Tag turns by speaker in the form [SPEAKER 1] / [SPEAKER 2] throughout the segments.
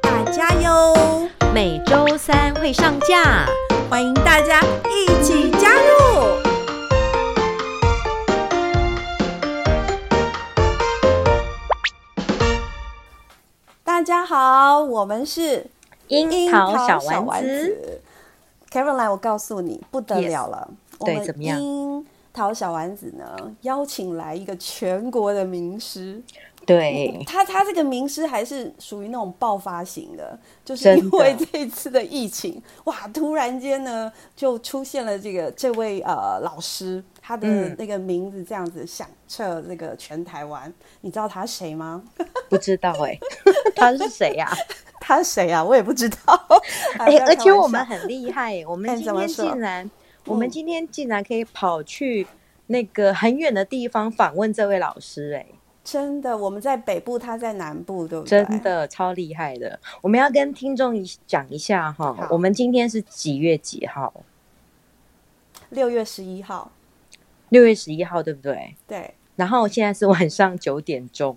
[SPEAKER 1] 大家哟，
[SPEAKER 2] 每周三会上架。
[SPEAKER 1] 欢迎大家一起加入。大家好，我们是
[SPEAKER 2] 樱桃小丸子，
[SPEAKER 1] 子。Caroline，我告诉你，不得
[SPEAKER 2] Yes
[SPEAKER 1] 了了我
[SPEAKER 2] 对
[SPEAKER 1] 们
[SPEAKER 2] 怎么样
[SPEAKER 1] 樱桃小丸子呢，邀请来一个全国的名师，
[SPEAKER 2] 对，
[SPEAKER 1] 他他这个名师还是属于那种爆发型的，就是
[SPEAKER 2] 真的
[SPEAKER 1] 因为这一次的疫情，哇，突然间呢就出现了这个这位呃老师，他的
[SPEAKER 2] 嗯
[SPEAKER 1] 那个名字这样子响彻这个全台湾，你知道他谁吗？
[SPEAKER 2] 不知道哎、 他是谁 呀、
[SPEAKER 1] 他是谁啊？我也不知道。哎
[SPEAKER 2] 哎、
[SPEAKER 1] 不要
[SPEAKER 2] 而
[SPEAKER 1] 开
[SPEAKER 2] 且
[SPEAKER 1] 玩
[SPEAKER 2] 我们
[SPEAKER 1] 笑
[SPEAKER 2] 很厉害、我们
[SPEAKER 1] 哎
[SPEAKER 2] 今
[SPEAKER 1] 怎么
[SPEAKER 2] 天
[SPEAKER 1] 说
[SPEAKER 2] 竟然，我们今天竟然可以跑去那个很远的地方访问这位老师、哎，
[SPEAKER 1] 真的，我们在北部，他在南部，对不对？
[SPEAKER 2] 真，的超厉害的。我们要跟听众一讲一下
[SPEAKER 1] 好
[SPEAKER 2] 哈，我们今天是几月几号？
[SPEAKER 1] 六月十一号，
[SPEAKER 2] 六月十一号，对不对？
[SPEAKER 1] 对
[SPEAKER 2] 然后现在是晚上九点钟。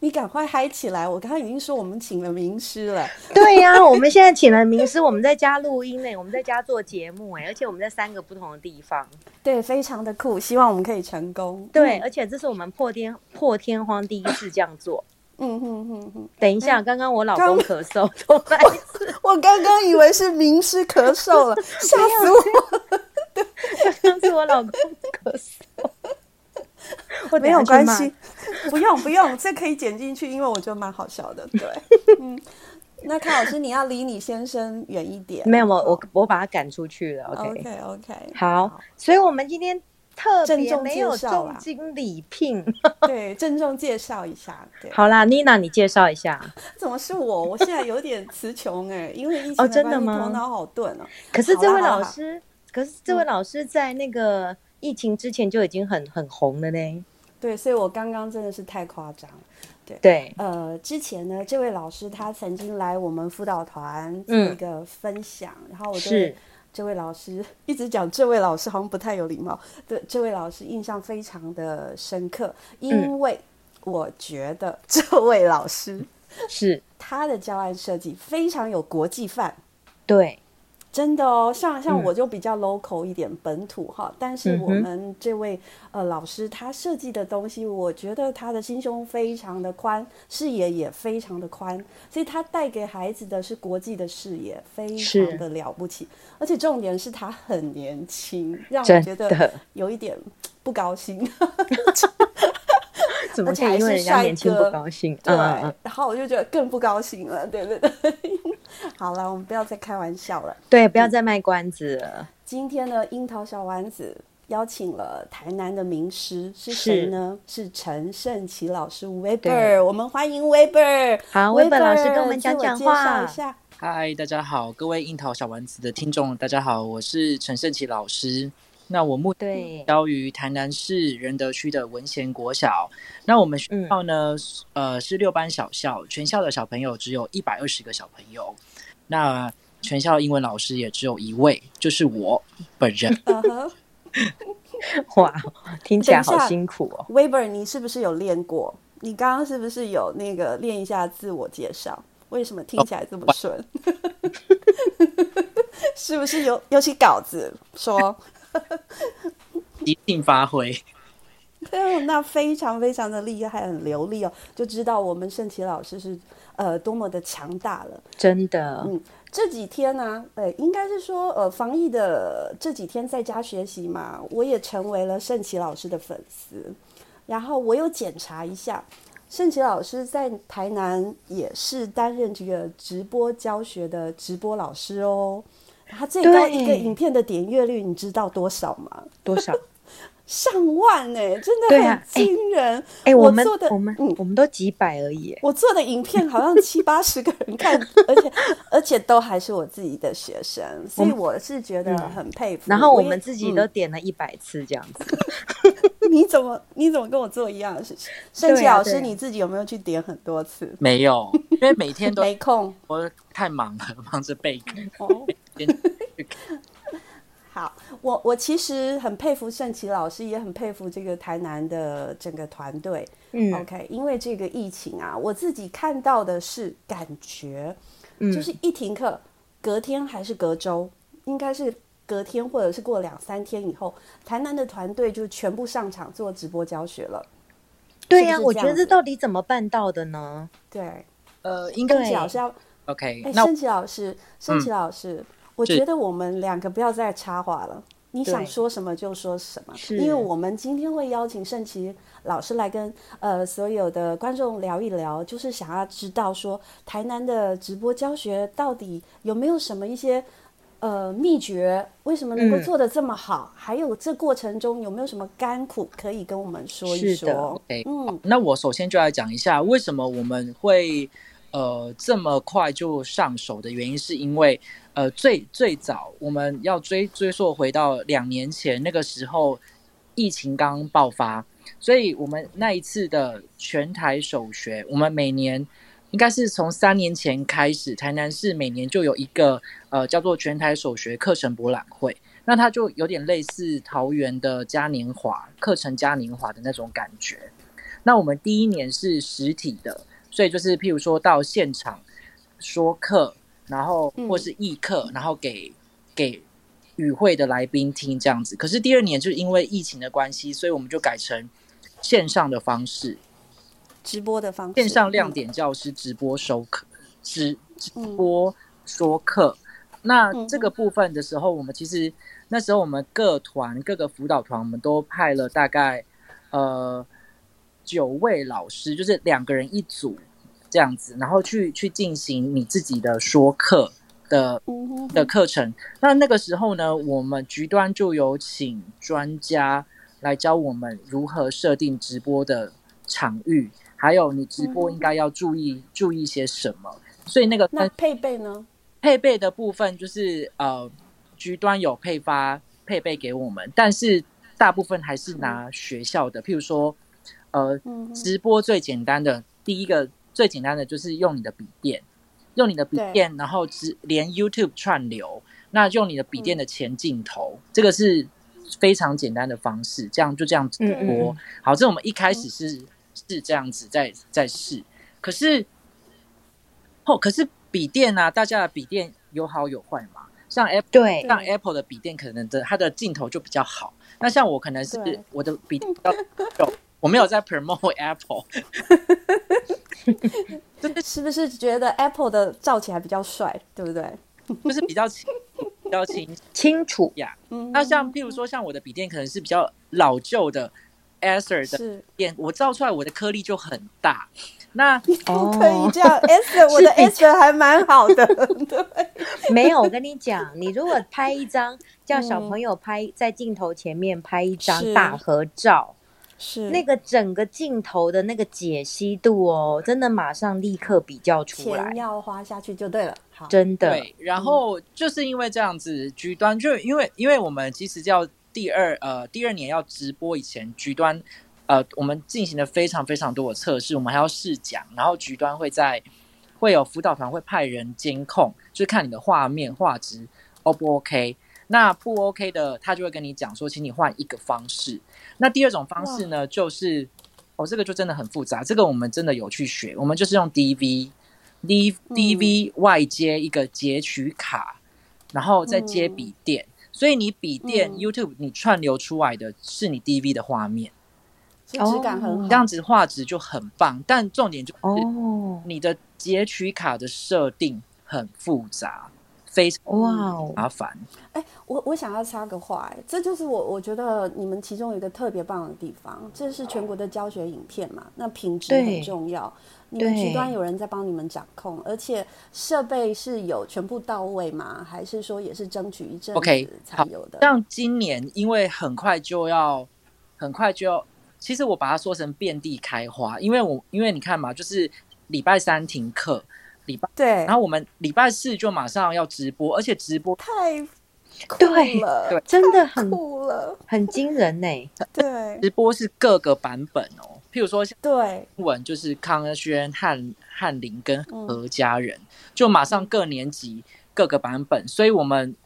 [SPEAKER 1] 你赶快嗨起来！我刚刚已经说我们请了名师了，
[SPEAKER 2] 对 呀、我们现在请了名师，我们在家录音呢、我们在家做节目哎、而且我们在三个不同的地方。
[SPEAKER 1] 对，非常的酷，希望我们可以成功。嗯
[SPEAKER 2] 对，而且这是我们破天破天荒第一次这样做。
[SPEAKER 1] 嗯哼哼哼，
[SPEAKER 2] 等一下，刚刚我老
[SPEAKER 1] 刚
[SPEAKER 2] 公咳嗽，重 来一次
[SPEAKER 1] 我刚刚以为是名师咳嗽 了，吓死我！
[SPEAKER 2] 刚刚是我老公咳嗽。 我等
[SPEAKER 1] 没
[SPEAKER 2] 一下
[SPEAKER 1] 有
[SPEAKER 2] 去
[SPEAKER 1] 关
[SPEAKER 2] 骂
[SPEAKER 1] 系，不用不用，这可以剪进去，因为我觉得蛮好笑的。对， 嗯，那康老师，你要离你先生远一点。
[SPEAKER 2] 没有，我我我把他赶出去了。OK，,
[SPEAKER 1] OK OK，
[SPEAKER 2] 好，所以我们今天特
[SPEAKER 1] 郑
[SPEAKER 2] 别
[SPEAKER 1] 重
[SPEAKER 2] 没
[SPEAKER 1] 介
[SPEAKER 2] 有
[SPEAKER 1] 绍啦
[SPEAKER 2] 重金礼聘。
[SPEAKER 1] 啊对，郑重介绍一下。对，
[SPEAKER 2] 好啦，妮娜，你介绍一下。
[SPEAKER 1] 怎么是我？我现在有点词穷哎、因为疫情
[SPEAKER 2] 哦
[SPEAKER 1] 的
[SPEAKER 2] 真
[SPEAKER 1] 关
[SPEAKER 2] 的
[SPEAKER 1] 系，
[SPEAKER 2] 吗
[SPEAKER 1] 头脑好钝哦、
[SPEAKER 2] 可是
[SPEAKER 1] 好
[SPEAKER 2] 这
[SPEAKER 1] 啦
[SPEAKER 2] 位
[SPEAKER 1] 好啦嗯
[SPEAKER 2] 老师，可是这位老师在那个疫情之前就已经很很红了呢。
[SPEAKER 1] 对，所以我刚刚真的是太夸张了。
[SPEAKER 2] 对，
[SPEAKER 1] 呃，之前呢，这位老师他曾经来我们辅导团做
[SPEAKER 2] 嗯
[SPEAKER 1] 一个分享，然后我对
[SPEAKER 2] 是
[SPEAKER 1] 这位老师 一直讲这位老师好像不太有礼貌，对这位老师印象非常的深刻，因
[SPEAKER 2] 嗯
[SPEAKER 1] 为我觉得这位老师、
[SPEAKER 2] 是，
[SPEAKER 1] 他的教案设计非常有国际范。
[SPEAKER 2] 对，
[SPEAKER 1] 真的哦，像像
[SPEAKER 2] 嗯
[SPEAKER 1] 我就比较 local 一点，本土哈。但是
[SPEAKER 2] 嗯
[SPEAKER 1] 我
[SPEAKER 2] 哼
[SPEAKER 1] 们这位、呃老师，他设计的东西，我觉得他的心胸非常的宽，视野也非常的宽，所以他带给孩子的是国际的视野，非
[SPEAKER 2] 是
[SPEAKER 1] 常的了不起。而且重点是他很年轻，让我
[SPEAKER 2] 真
[SPEAKER 1] 觉得
[SPEAKER 2] 的，
[SPEAKER 1] 有一点不高 兴。
[SPEAKER 2] 怎么
[SPEAKER 1] 而且还
[SPEAKER 2] 可以因
[SPEAKER 1] 是
[SPEAKER 2] 为人家
[SPEAKER 1] 帅
[SPEAKER 2] 年轻不
[SPEAKER 1] 哥
[SPEAKER 2] 高兴？
[SPEAKER 1] 对，
[SPEAKER 2] 嗯嗯，嗯
[SPEAKER 1] 然后我就觉得更不高兴了，对对 对。好了，我们不要再开玩笑了。
[SPEAKER 2] 对，不要再卖关子了。
[SPEAKER 1] 今天呢，樱桃小丸子邀请了台南的名师是谁呢？是陈胜奇老师 Weber，
[SPEAKER 2] 对
[SPEAKER 1] 我们欢迎 Weber。
[SPEAKER 2] 好，
[SPEAKER 1] 威
[SPEAKER 2] 威本老师跟我们讲讲话
[SPEAKER 1] 介绍一。下。
[SPEAKER 3] 嗨，大家好，各位樱桃小丸子的听众，大家好，我是陈胜奇老师。那我目
[SPEAKER 2] 对，
[SPEAKER 3] 教于台南市仁德区的文贤国小。那我们学校
[SPEAKER 1] 嗯
[SPEAKER 3] 呢，呃，是六班小校，全校的小朋友只有一百二十个小朋友。那全校英文老师也只有一位，就是我本人。
[SPEAKER 1] 嗯 哼
[SPEAKER 2] 哇，听起来
[SPEAKER 1] 嗯等一
[SPEAKER 2] 好
[SPEAKER 1] 下
[SPEAKER 2] 辛苦哦。
[SPEAKER 1] ，Weber，你是不是有练过？你刚刚是不是有那个练一下自我介绍？为什么听起来这么顺？ 是不是有有写稿子说？
[SPEAKER 3] 即兴发挥，
[SPEAKER 1] 对，那非常非常的厉害，很流利哦，就知道我们盛奇老师是呃多么的强大了。
[SPEAKER 2] 真的，
[SPEAKER 1] 嗯，这几天呢、呃，应该是说，呃，防疫的这几天在家学习嘛，我也成为了盛奇老师的粉丝。然后我有检查一下，盛奇老师在台南也是担任这个直播教学的直播老师哦。他最高一个
[SPEAKER 2] 对
[SPEAKER 1] 影片的点阅率，你知道多少吗？
[SPEAKER 2] 多少？
[SPEAKER 1] 上万哎、真的
[SPEAKER 2] 对啊
[SPEAKER 1] 很惊人。
[SPEAKER 2] 哎、我们
[SPEAKER 1] 做的
[SPEAKER 2] 我们、
[SPEAKER 1] 嗯
[SPEAKER 2] 我们都几百而已耶，
[SPEAKER 1] 我做的影片好像七八十个人看，而且而且都还是我自己的学生，所以我是觉得很佩服。
[SPEAKER 2] 嗯然后我
[SPEAKER 1] 也
[SPEAKER 2] 们自己
[SPEAKER 1] 嗯
[SPEAKER 2] 都点了一百次这样子。
[SPEAKER 1] 你怎么你怎么跟我做一样的事情？盛琪
[SPEAKER 2] 对啊
[SPEAKER 1] 老师，
[SPEAKER 2] 对啊
[SPEAKER 1] 你自己有没有去点很多次？
[SPEAKER 3] 没有，因为每天都
[SPEAKER 1] 没空
[SPEAKER 3] 我太忙了，忙着 备课。
[SPEAKER 1] 哦。
[SPEAKER 3] 边
[SPEAKER 1] 好，我我其实很佩服盛琪老师，也很佩服这个台南的整个团队。
[SPEAKER 2] 嗯
[SPEAKER 1] OK，因为这个疫情啊，我自己看到的是感觉，
[SPEAKER 2] 嗯，
[SPEAKER 1] 就是一停课，隔天还是隔周，应该是隔天或者是过两三天以后，台南的团队就全部上场做直播教学了。
[SPEAKER 2] 对呀、
[SPEAKER 1] 是不是
[SPEAKER 2] 我
[SPEAKER 1] 这
[SPEAKER 2] 觉
[SPEAKER 1] 样
[SPEAKER 2] 得这
[SPEAKER 1] 子
[SPEAKER 2] 到底怎么办到的呢？
[SPEAKER 1] 对，
[SPEAKER 3] 呃，应
[SPEAKER 1] 盛
[SPEAKER 3] 该
[SPEAKER 1] 琪老师要，
[SPEAKER 3] OK
[SPEAKER 1] 哎，。
[SPEAKER 3] 那我嗯
[SPEAKER 1] 盛琪老师，盛琪老师，我
[SPEAKER 3] 是
[SPEAKER 1] 觉得我们两个不要再插话了。你想
[SPEAKER 2] 对
[SPEAKER 1] 说什么就说什么，
[SPEAKER 2] 是
[SPEAKER 1] 因为我们今天会邀请盛琪老师来跟呃所有的观众聊一聊，就是想要知道说台南的直播教学到底有没有什么一些呃秘诀，为什么能够
[SPEAKER 2] 嗯
[SPEAKER 1] 做得这么好，还有这过程中有没有什么甘苦可以跟我们说一
[SPEAKER 2] 是的
[SPEAKER 1] 说？
[SPEAKER 3] OK，
[SPEAKER 1] 嗯，
[SPEAKER 3] 那我首先就来讲一下为什么我们会呃这么快就上手的原因，是因为呃最最早我们要追追溯回到两年前那个时候，疫情刚爆发，所以我们那一次的全台首学，我们每年。应该是从三年前开始，台南市每年就有一个呃叫做全台首学课程博览会，那它就有点类似桃园的嘉年华课程嘉年华的那种感觉。那我们第一年是实体的，所以就是譬如说到现场说课，然后
[SPEAKER 1] 嗯
[SPEAKER 3] 或是议课，然后给给与会的来宾听这样子。可是第二年就是因为疫情的关系，所以我们就改成线上的方式，
[SPEAKER 1] 直播的方式，
[SPEAKER 3] 线上亮点教师直播收课，直直
[SPEAKER 1] 嗯
[SPEAKER 3] 播说课。那
[SPEAKER 1] 嗯
[SPEAKER 3] 这个部分的时候，我们其实那时候我们各团各个辅导团，我们都派了大概呃九位老师，就是两个人一组这样子，然后去去进行你自己的说课的
[SPEAKER 1] 嗯哼
[SPEAKER 3] 的课程。那那个时候呢，我们局端就有请专家来教我们如何设定直播的场域，还有你直播应该要注意、注意些什么。所以那个
[SPEAKER 1] 那配备呢？
[SPEAKER 3] 配备的部分就是呃，局端有配发配备给我们，但是大部分还是拿学校的，譬如说呃，
[SPEAKER 1] 嗯哼，
[SPEAKER 3] 直播最简单的第一个最简单的就是用你的笔电，用你的笔
[SPEAKER 1] 对
[SPEAKER 3] 电，然后直连 YouTube 串流，那用你的笔
[SPEAKER 2] 嗯
[SPEAKER 3] 电的前镜头，这个是非常简单的方式，这样就这样直
[SPEAKER 2] 嗯
[SPEAKER 3] 播。
[SPEAKER 2] 嗯
[SPEAKER 3] 好，这我们一开始是、是这样子在在试，可是哦，可是笔电啊，大家的笔电有好有坏嘛，像 Apple。
[SPEAKER 2] 对，
[SPEAKER 3] 像 Apple 的笔电可能的它的镜头就比较好，那像我可能是
[SPEAKER 1] 对
[SPEAKER 3] 我的笔电 比较丑我没有在 promote Apple，
[SPEAKER 1] 是不是觉得 Apple 的照起来比较帅，对不对？
[SPEAKER 3] 就是比较清比较清
[SPEAKER 2] 清楚，
[SPEAKER 3] 雅。
[SPEAKER 1] 嗯，
[SPEAKER 3] 那像譬如说像我的笔电可能是比较老旧的 Acer 的
[SPEAKER 1] 是
[SPEAKER 3] 电，我照出来我的颗粒就很大。那
[SPEAKER 1] 不
[SPEAKER 2] 哦
[SPEAKER 1] 可以这 样，S 我的 S 还蛮好的，对，
[SPEAKER 2] 没有，我跟你讲，你如果拍一张，叫小朋友拍在镜头前面拍一
[SPEAKER 1] 嗯
[SPEAKER 2] 张
[SPEAKER 1] 是嗯
[SPEAKER 2] 大合照，
[SPEAKER 1] 是
[SPEAKER 2] 那个整个镜头的那个解析度哦，真的马上立刻比较出
[SPEAKER 1] 钱
[SPEAKER 2] 来，
[SPEAKER 1] 要花下去就对了。好，
[SPEAKER 2] 真的，
[SPEAKER 3] 对，然后就是因为这样子，局端就因为因为我们其实要第二呃第二年要直播以前，局端呃我们进行了非常非常多的测试，我们还要试讲，然后局端会在会有辅导团会派人监控，就看你的画面画质 O 不 OK。那不 OK 的，他就会跟你讲说，请你换一个方式。那第二种方式呢，就是哦，这个就真的很复杂，这个我们真的有去学，我们就是用 DV。D D V 外接一个截取卡，然后再接笔电，所以你笔电、
[SPEAKER 1] 嗯
[SPEAKER 3] YouTube 你串流出来的是你 D V 的画面，
[SPEAKER 1] 所以质感很好。
[SPEAKER 3] 这样子画质就很棒。但重点就是
[SPEAKER 2] 哦，
[SPEAKER 3] 你的截取卡的设定很复杂，非常
[SPEAKER 2] 哇哦，
[SPEAKER 3] 麻烦。
[SPEAKER 1] 哎、我我想要插个话、哎，这就是我我觉得你们其中有一个特别棒的地方，这是全国的教学影片嘛，那品质
[SPEAKER 2] 对
[SPEAKER 1] 很重要。你们
[SPEAKER 2] 对
[SPEAKER 1] 局端有人在帮你们掌控，而且设备是有全部到位吗？还是说也是争取一阵
[SPEAKER 3] OK，
[SPEAKER 1] 子才有的？
[SPEAKER 3] 像今年因为很快就要很快就，其实我把它说成遍地开花，因为我因为你看嘛，就是礼拜三停课，礼拜
[SPEAKER 1] 对，
[SPEAKER 3] 然后我们礼拜四就马上要直播，而且直播
[SPEAKER 1] 太
[SPEAKER 2] 对
[SPEAKER 1] 酷嗯了，
[SPEAKER 3] 对嗯
[SPEAKER 2] 真的
[SPEAKER 1] 太
[SPEAKER 2] 很
[SPEAKER 1] 酷了，
[SPEAKER 2] 很惊人呢、
[SPEAKER 1] 对
[SPEAKER 3] 直播是各个版本哦，譬如说像
[SPEAKER 1] 对，
[SPEAKER 3] 英文就是康轩、翰翰林跟何家人，就马上各年级各个版本，所以我们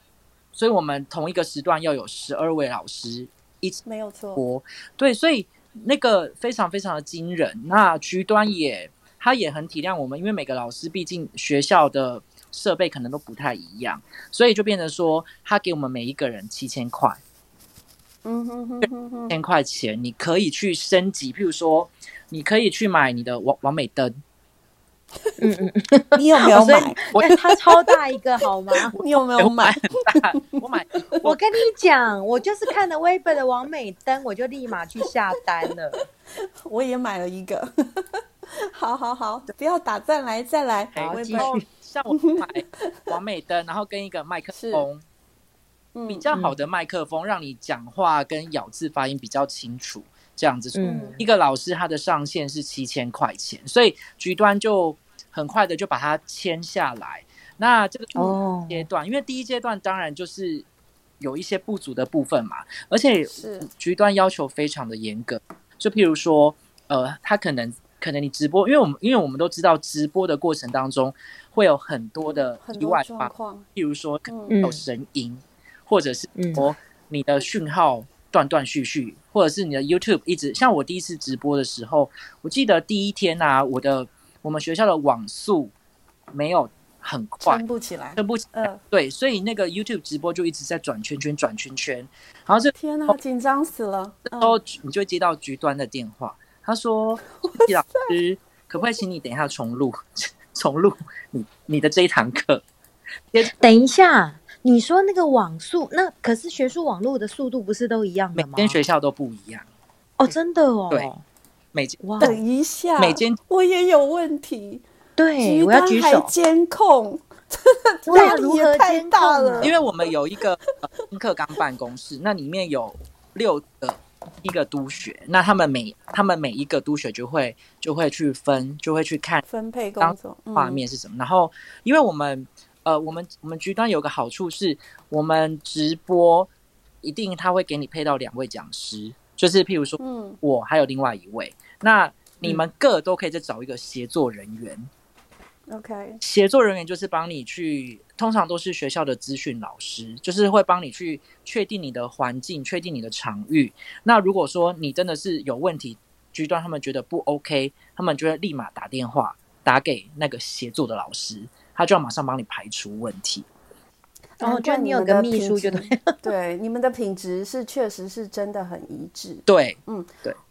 [SPEAKER 3] 所以我们同一个时段要有十二位老师一起
[SPEAKER 1] 没有错，
[SPEAKER 3] 播，对，所以那个非常非常的惊人。那局端也他也很体谅我们，因为每个老师毕竟学校的设备可能都不太一样，所以就变成说他给我们每一个人七千块，
[SPEAKER 1] 嗯哼哼哼哼，
[SPEAKER 3] 千块钱你可以去升级，譬如说你可以去买你的完完美 灯，
[SPEAKER 2] 嗯嗯嗯，
[SPEAKER 1] 你有没有
[SPEAKER 2] 哦所以
[SPEAKER 1] 买？
[SPEAKER 3] 我
[SPEAKER 2] 它超大一个好吗？
[SPEAKER 1] 你有没有买？
[SPEAKER 3] 很大，我买
[SPEAKER 2] 我跟你讲，我就是看了微博的王美灯，我就立马去下单了。
[SPEAKER 1] 我也买了一个。 好好好，不要打，再来再来。
[SPEAKER 2] 好
[SPEAKER 1] 我也
[SPEAKER 2] 继
[SPEAKER 1] 买
[SPEAKER 2] 续
[SPEAKER 3] 哦像我买完美灯，然后跟一个麦克风，
[SPEAKER 1] 嗯
[SPEAKER 3] 比较好的麦克风，让你讲话跟咬字发音比较清楚，这样子。
[SPEAKER 2] 嗯
[SPEAKER 3] 一个老师他的上限是七千块钱，所以局端就很快的就把它签下来。那这个
[SPEAKER 2] 哦
[SPEAKER 3] 阶段，因为第一阶段当然就是有一些不足的部分嘛，而且
[SPEAKER 1] 是
[SPEAKER 3] 局端要求非常的严格，就譬如说，呃，他可能可能你直播，因为我们因为我们都知道直播的过程当中会有很多的
[SPEAKER 1] 很
[SPEAKER 3] 意
[SPEAKER 1] 多
[SPEAKER 3] 外
[SPEAKER 1] 状
[SPEAKER 3] 发，
[SPEAKER 1] 况，
[SPEAKER 3] 譬如说可能
[SPEAKER 2] 嗯
[SPEAKER 3] 有声音，或者是
[SPEAKER 2] 嗯
[SPEAKER 3] 说你的讯号断断续续，或者是你的 YouTube 一直像我第一次直播的时候，我记得第一天啊，我的我们学校的网速没有很快
[SPEAKER 1] 撑，不起来。
[SPEAKER 3] 撑不起来
[SPEAKER 1] 嗯，
[SPEAKER 3] 对，所以那个 YouTube 直播就一直在转圈圈转圈圈，然后这
[SPEAKER 1] 天哪，紧张死了。嗯
[SPEAKER 3] 时候你就会接到局端的电话，他说：“季老师，可不可以请你等一下重录 重录你你的这一堂课
[SPEAKER 2] 等一下，你说那个网速，那可是学术网络的速度不是都一样？”
[SPEAKER 3] 每
[SPEAKER 2] 的吗？
[SPEAKER 3] 间学校都不一样，
[SPEAKER 2] 哦，真的哦，
[SPEAKER 3] 对每间
[SPEAKER 2] 哇，
[SPEAKER 1] 等一下，
[SPEAKER 3] 每间
[SPEAKER 1] 我也有问题，
[SPEAKER 2] 对，
[SPEAKER 1] 局
[SPEAKER 2] 我要
[SPEAKER 1] 端
[SPEAKER 2] 举
[SPEAKER 1] 还
[SPEAKER 2] 手，
[SPEAKER 1] 监控，真的
[SPEAKER 2] 那
[SPEAKER 1] 压
[SPEAKER 2] 如
[SPEAKER 1] 力
[SPEAKER 2] 何
[SPEAKER 1] 也太
[SPEAKER 2] 监控
[SPEAKER 1] 大
[SPEAKER 2] 啊
[SPEAKER 1] 了。
[SPEAKER 3] 因为我们有一个呃新课纲办公室，那里面有六个一个督学，那他们每他们每一个督学就会就会去分，就会去看
[SPEAKER 1] 分配工
[SPEAKER 3] 当
[SPEAKER 1] 作
[SPEAKER 3] 画，面是什么。然后，因为我们呃，我们我们局端有个好处是，我们直播一定他会给你配到两位讲师，就是譬如说
[SPEAKER 1] 嗯，嗯
[SPEAKER 3] 我还有另外一位，那你们各都可以再找一个协作人员，
[SPEAKER 1] 嗯，OK，
[SPEAKER 3] 协作人员就是帮你去，通常都是学校的资讯老师，就是会帮你去确定你的环境，确定你的场域。那如果说你真的是有问题，局端他们觉得不 OK，他们就会立马打电话打给那个协作的老师，他就要马上帮你排除问题。
[SPEAKER 2] 然后
[SPEAKER 1] 难怪
[SPEAKER 2] 哦就你
[SPEAKER 1] 你
[SPEAKER 2] 有
[SPEAKER 1] 们
[SPEAKER 2] 个
[SPEAKER 1] 的
[SPEAKER 2] 秘
[SPEAKER 1] 品
[SPEAKER 2] 书就
[SPEAKER 1] 质对，你们的品质是确实是真的很一致。
[SPEAKER 3] 对，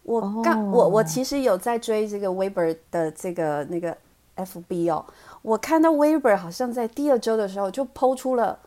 [SPEAKER 1] 我
[SPEAKER 2] 哦
[SPEAKER 1] 刚、我我其实有在追这个 Weber 的这个那个 FB 哦，我看到 Weber 好像在第二周的时候就抛出了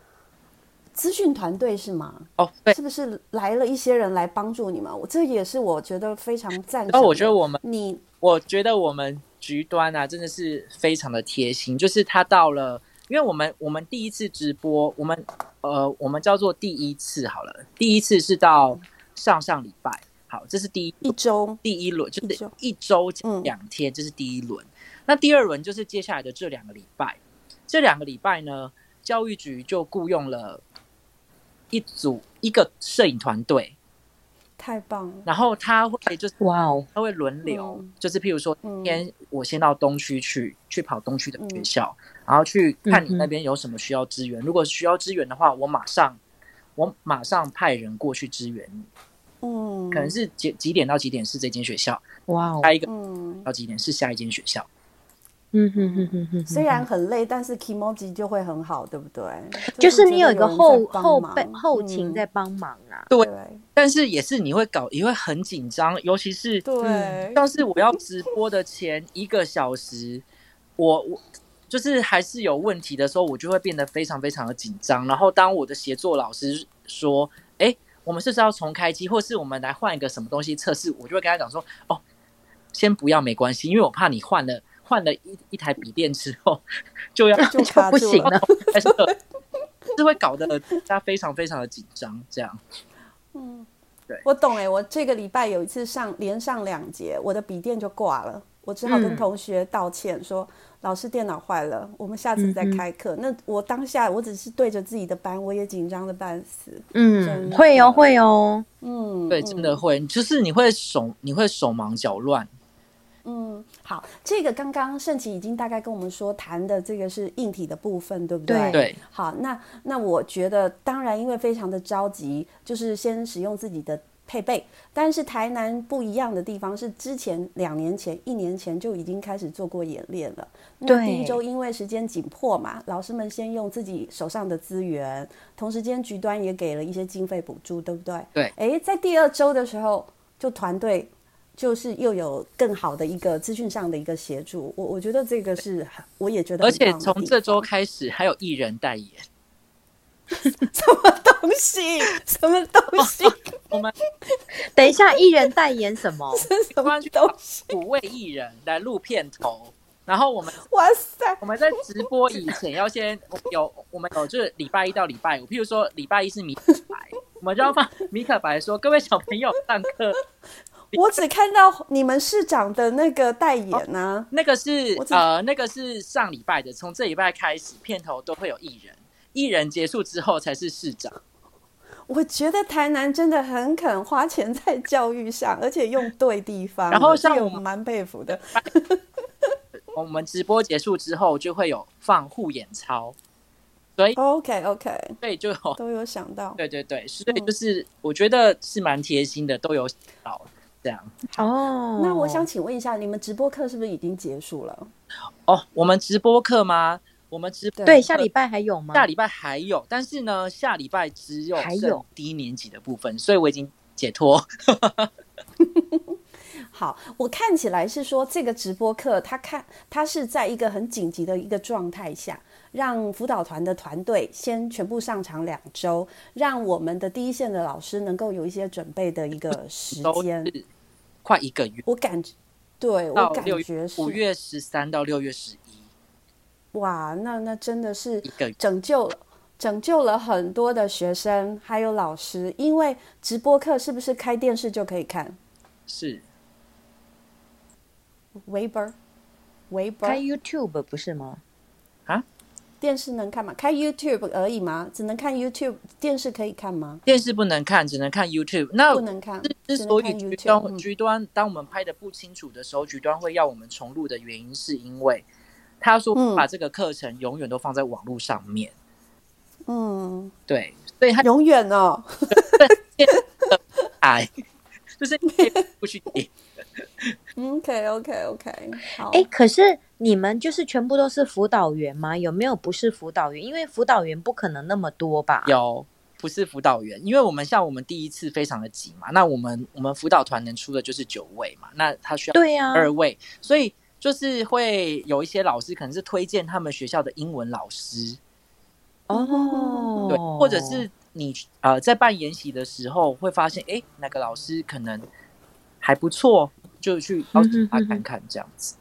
[SPEAKER 1] 资讯团队是吗？
[SPEAKER 3] 哦，对。
[SPEAKER 1] 是不是来了一些人来帮助你们？我这也是我觉得非常赞赏的。
[SPEAKER 3] 然后我觉得我们
[SPEAKER 1] 你
[SPEAKER 3] 我觉得我们局端啊，真的是非常的贴心，就是他到了，因为我们我们第一次直播，我们呃我们叫做第一次好了，第一次是到上上礼拜，好，这是第一
[SPEAKER 1] 一周
[SPEAKER 3] 第一轮，就
[SPEAKER 1] 一
[SPEAKER 3] 是
[SPEAKER 1] 周
[SPEAKER 3] 一周
[SPEAKER 1] 嗯
[SPEAKER 3] 两天，这是第一轮。那第二轮就是接下来的这两个礼拜，这两个礼拜呢，教育局就雇佣了一组一个摄影团队，
[SPEAKER 1] 太棒了，
[SPEAKER 3] 然后他会就是
[SPEAKER 2] 哇哦，
[SPEAKER 3] 他会轮流，
[SPEAKER 1] 嗯
[SPEAKER 3] 就是譬如说，今
[SPEAKER 1] 嗯
[SPEAKER 3] 天我先到东区去，去跑东区的学校，然后去看你
[SPEAKER 2] 嗯哼
[SPEAKER 3] 那边有什么需要支援。如果需要支援的话，我马上我马上派人过去支援你。
[SPEAKER 1] 嗯，
[SPEAKER 3] 可能是几几点到几点是这间学校，
[SPEAKER 2] 哇哦，
[SPEAKER 3] 下一个
[SPEAKER 1] 嗯，
[SPEAKER 3] 到几点是下一间学校。
[SPEAKER 2] 嗯哼哼哼哼，
[SPEAKER 1] 虽然很累，但是 k i m o j i 就会很好，对不对？
[SPEAKER 2] 就是
[SPEAKER 1] 觉
[SPEAKER 2] 你有
[SPEAKER 1] 得
[SPEAKER 2] 一个
[SPEAKER 1] 人
[SPEAKER 2] 后
[SPEAKER 1] 在帮
[SPEAKER 2] 后
[SPEAKER 1] 忙
[SPEAKER 2] 背后勤
[SPEAKER 1] 嗯
[SPEAKER 2] 在帮忙啊，
[SPEAKER 1] 对
[SPEAKER 3] 但是也是你会搞，也会很紧张，尤其是
[SPEAKER 2] 嗯
[SPEAKER 1] 对，
[SPEAKER 3] 像是我要直播的前一个小时，我我就是还是有问题的时候，我就会变得非常非常的紧张。然后当我的协作老师说：“哎、我们是不是要重开机，或是我们来换一个什么东西测试？”我就会跟他讲说：“哦，先不要，没关系，因为我怕你换了换了一一台笔电之后就要
[SPEAKER 1] 就卡
[SPEAKER 2] 不
[SPEAKER 1] 住
[SPEAKER 2] 行了
[SPEAKER 3] 开始了，是会搞得大家非常非常的紧张。”这样，
[SPEAKER 1] 嗯，
[SPEAKER 3] 对
[SPEAKER 1] 我懂哎、我这个礼拜有一次上连上两节，我的笔电就挂了，我只好跟
[SPEAKER 2] 嗯
[SPEAKER 1] 同学道歉说。老师，电脑坏了，我们下次再
[SPEAKER 2] 嗯嗯
[SPEAKER 1] 开课。那我当下我只是对着自己的班，我也紧张的半死。真
[SPEAKER 2] 嗯，
[SPEAKER 1] 的
[SPEAKER 2] 会哦，会哦，
[SPEAKER 1] 嗯，
[SPEAKER 3] 对，
[SPEAKER 1] 嗯
[SPEAKER 3] 真的会，就是你会手你会手忙脚乱，
[SPEAKER 1] 嗯，好，这个刚刚盛琪已经大概跟我们说谈的这个是硬体的部分，对不对？
[SPEAKER 2] 对
[SPEAKER 3] 对，
[SPEAKER 1] 好，那那我觉得，当然因为非常的着急，就是先使用自己的配备。但是台南不一样的地方是，之前两年前、一年前就已经开始做过演练了。那
[SPEAKER 2] 对
[SPEAKER 1] 第一周因为时间紧迫嘛，老师们先用自己手上的资源，同时间局端也给了一些经费补助，对不对？
[SPEAKER 3] 对
[SPEAKER 1] 诶，在第二周的时候，就团队。就是又有更好的一个资讯上的一个协助，我我觉得这个是很，我也觉得
[SPEAKER 3] 而
[SPEAKER 1] 很棒
[SPEAKER 3] 且
[SPEAKER 1] 的
[SPEAKER 3] 从
[SPEAKER 1] 地
[SPEAKER 3] 这周
[SPEAKER 1] 方
[SPEAKER 3] 开始还有艺人代言，
[SPEAKER 1] 什么东西？什 么东西？
[SPEAKER 3] 我们
[SPEAKER 2] 等一下，艺人代言什么？
[SPEAKER 1] 什么东西？
[SPEAKER 3] 五位艺人来录片头，然 后我们
[SPEAKER 1] 哇塞！
[SPEAKER 3] 我们在直播以前要先我们有我们有就是礼拜一到礼拜五，譬如说礼拜一是米可白，我们就要放米可白说各位小朋友上课，
[SPEAKER 1] 我只看到你们市长的那个代言啊呢、
[SPEAKER 3] 那个是
[SPEAKER 1] 我只
[SPEAKER 3] 呃那个是上礼拜的，从这礼拜开始片头都会有艺人，艺人结束之后才是市长。
[SPEAKER 1] 我觉得台南真的很肯花钱在教育上，而且用对地方。
[SPEAKER 3] 然后像
[SPEAKER 1] 这个
[SPEAKER 3] 我
[SPEAKER 1] 我蛮佩服的，
[SPEAKER 3] 我们直播结束之后就会有放护眼操，所以
[SPEAKER 1] OK OK，
[SPEAKER 3] 所以就有
[SPEAKER 1] 都有想到。
[SPEAKER 3] 对对对，所
[SPEAKER 1] 嗯
[SPEAKER 3] 以就是我觉得是蛮贴心的，都有想到这样
[SPEAKER 2] 哦，
[SPEAKER 1] 那我想请问一下，你们直播课是不是已经结束了？
[SPEAKER 3] 哦。我们直播课吗？我们直
[SPEAKER 1] 对
[SPEAKER 2] 对下礼拜还有吗？
[SPEAKER 3] 下礼拜还有，但是呢，下礼拜只有
[SPEAKER 2] 还有
[SPEAKER 3] 剩低年级的部分，所以我已经解脱。
[SPEAKER 1] 好，我看起来是说这个直播课，他看他是在一个很紧急的一个状态下，让辅导团的团队先全部上场两周，让我们的第一线的老师能够有一些准备的一个时
[SPEAKER 3] 都
[SPEAKER 1] 间。
[SPEAKER 3] 是快一个月，
[SPEAKER 1] 我感，对我
[SPEAKER 3] 到
[SPEAKER 1] 感
[SPEAKER 3] 六
[SPEAKER 1] 觉是
[SPEAKER 3] 五月十三到六月十一
[SPEAKER 1] 哇，那那真的是
[SPEAKER 3] 一个月。
[SPEAKER 1] 拯救了。拯救了很多的学生，还有老师，因为直播课是不是开电视就可以看
[SPEAKER 3] 是
[SPEAKER 1] ？Weber，Weber
[SPEAKER 2] 开 YouTube 不是吗？
[SPEAKER 1] 电视能看吗？开 YouTube 而已吗？只能看 YouTube，电视可以看吗？
[SPEAKER 3] 电视不能看，只能看 YouTube。那
[SPEAKER 1] 不能看，
[SPEAKER 3] 之
[SPEAKER 1] 只能
[SPEAKER 3] 哦所以
[SPEAKER 1] 看
[SPEAKER 3] 局
[SPEAKER 1] YouTube
[SPEAKER 3] 端
[SPEAKER 1] 嗯。
[SPEAKER 3] 局端，当我们拍的不清楚的时候，局端会要我们重录的原因，是因为他说
[SPEAKER 1] 嗯
[SPEAKER 3] 把这个课程永远都放在网络上面，
[SPEAKER 1] 嗯，
[SPEAKER 3] 对，所以他
[SPEAKER 1] 永远哦，
[SPEAKER 3] 哎， 就是你可以不去点，
[SPEAKER 1] 嗯，OK OK OK，好，
[SPEAKER 2] 哎，可是你们就是全部都是辅导员吗？有没有不是辅导员？因为辅导员不可能那么多吧？
[SPEAKER 3] 有不是辅导员，因为我们像我们第一次非常的急嘛，那我们我们辅导团能出的就是九位嘛，那他需要
[SPEAKER 2] 对
[SPEAKER 1] 啊
[SPEAKER 2] 呀、
[SPEAKER 3] 二位，所以就是会有一些老师可能是推荐他们学校的英文老师，
[SPEAKER 2] 哦，
[SPEAKER 3] 对，或者是你呃在办研习的时候会发现，哎，哪个老师可能还不错，就去邀请
[SPEAKER 2] 嗯
[SPEAKER 3] 他看看这样子。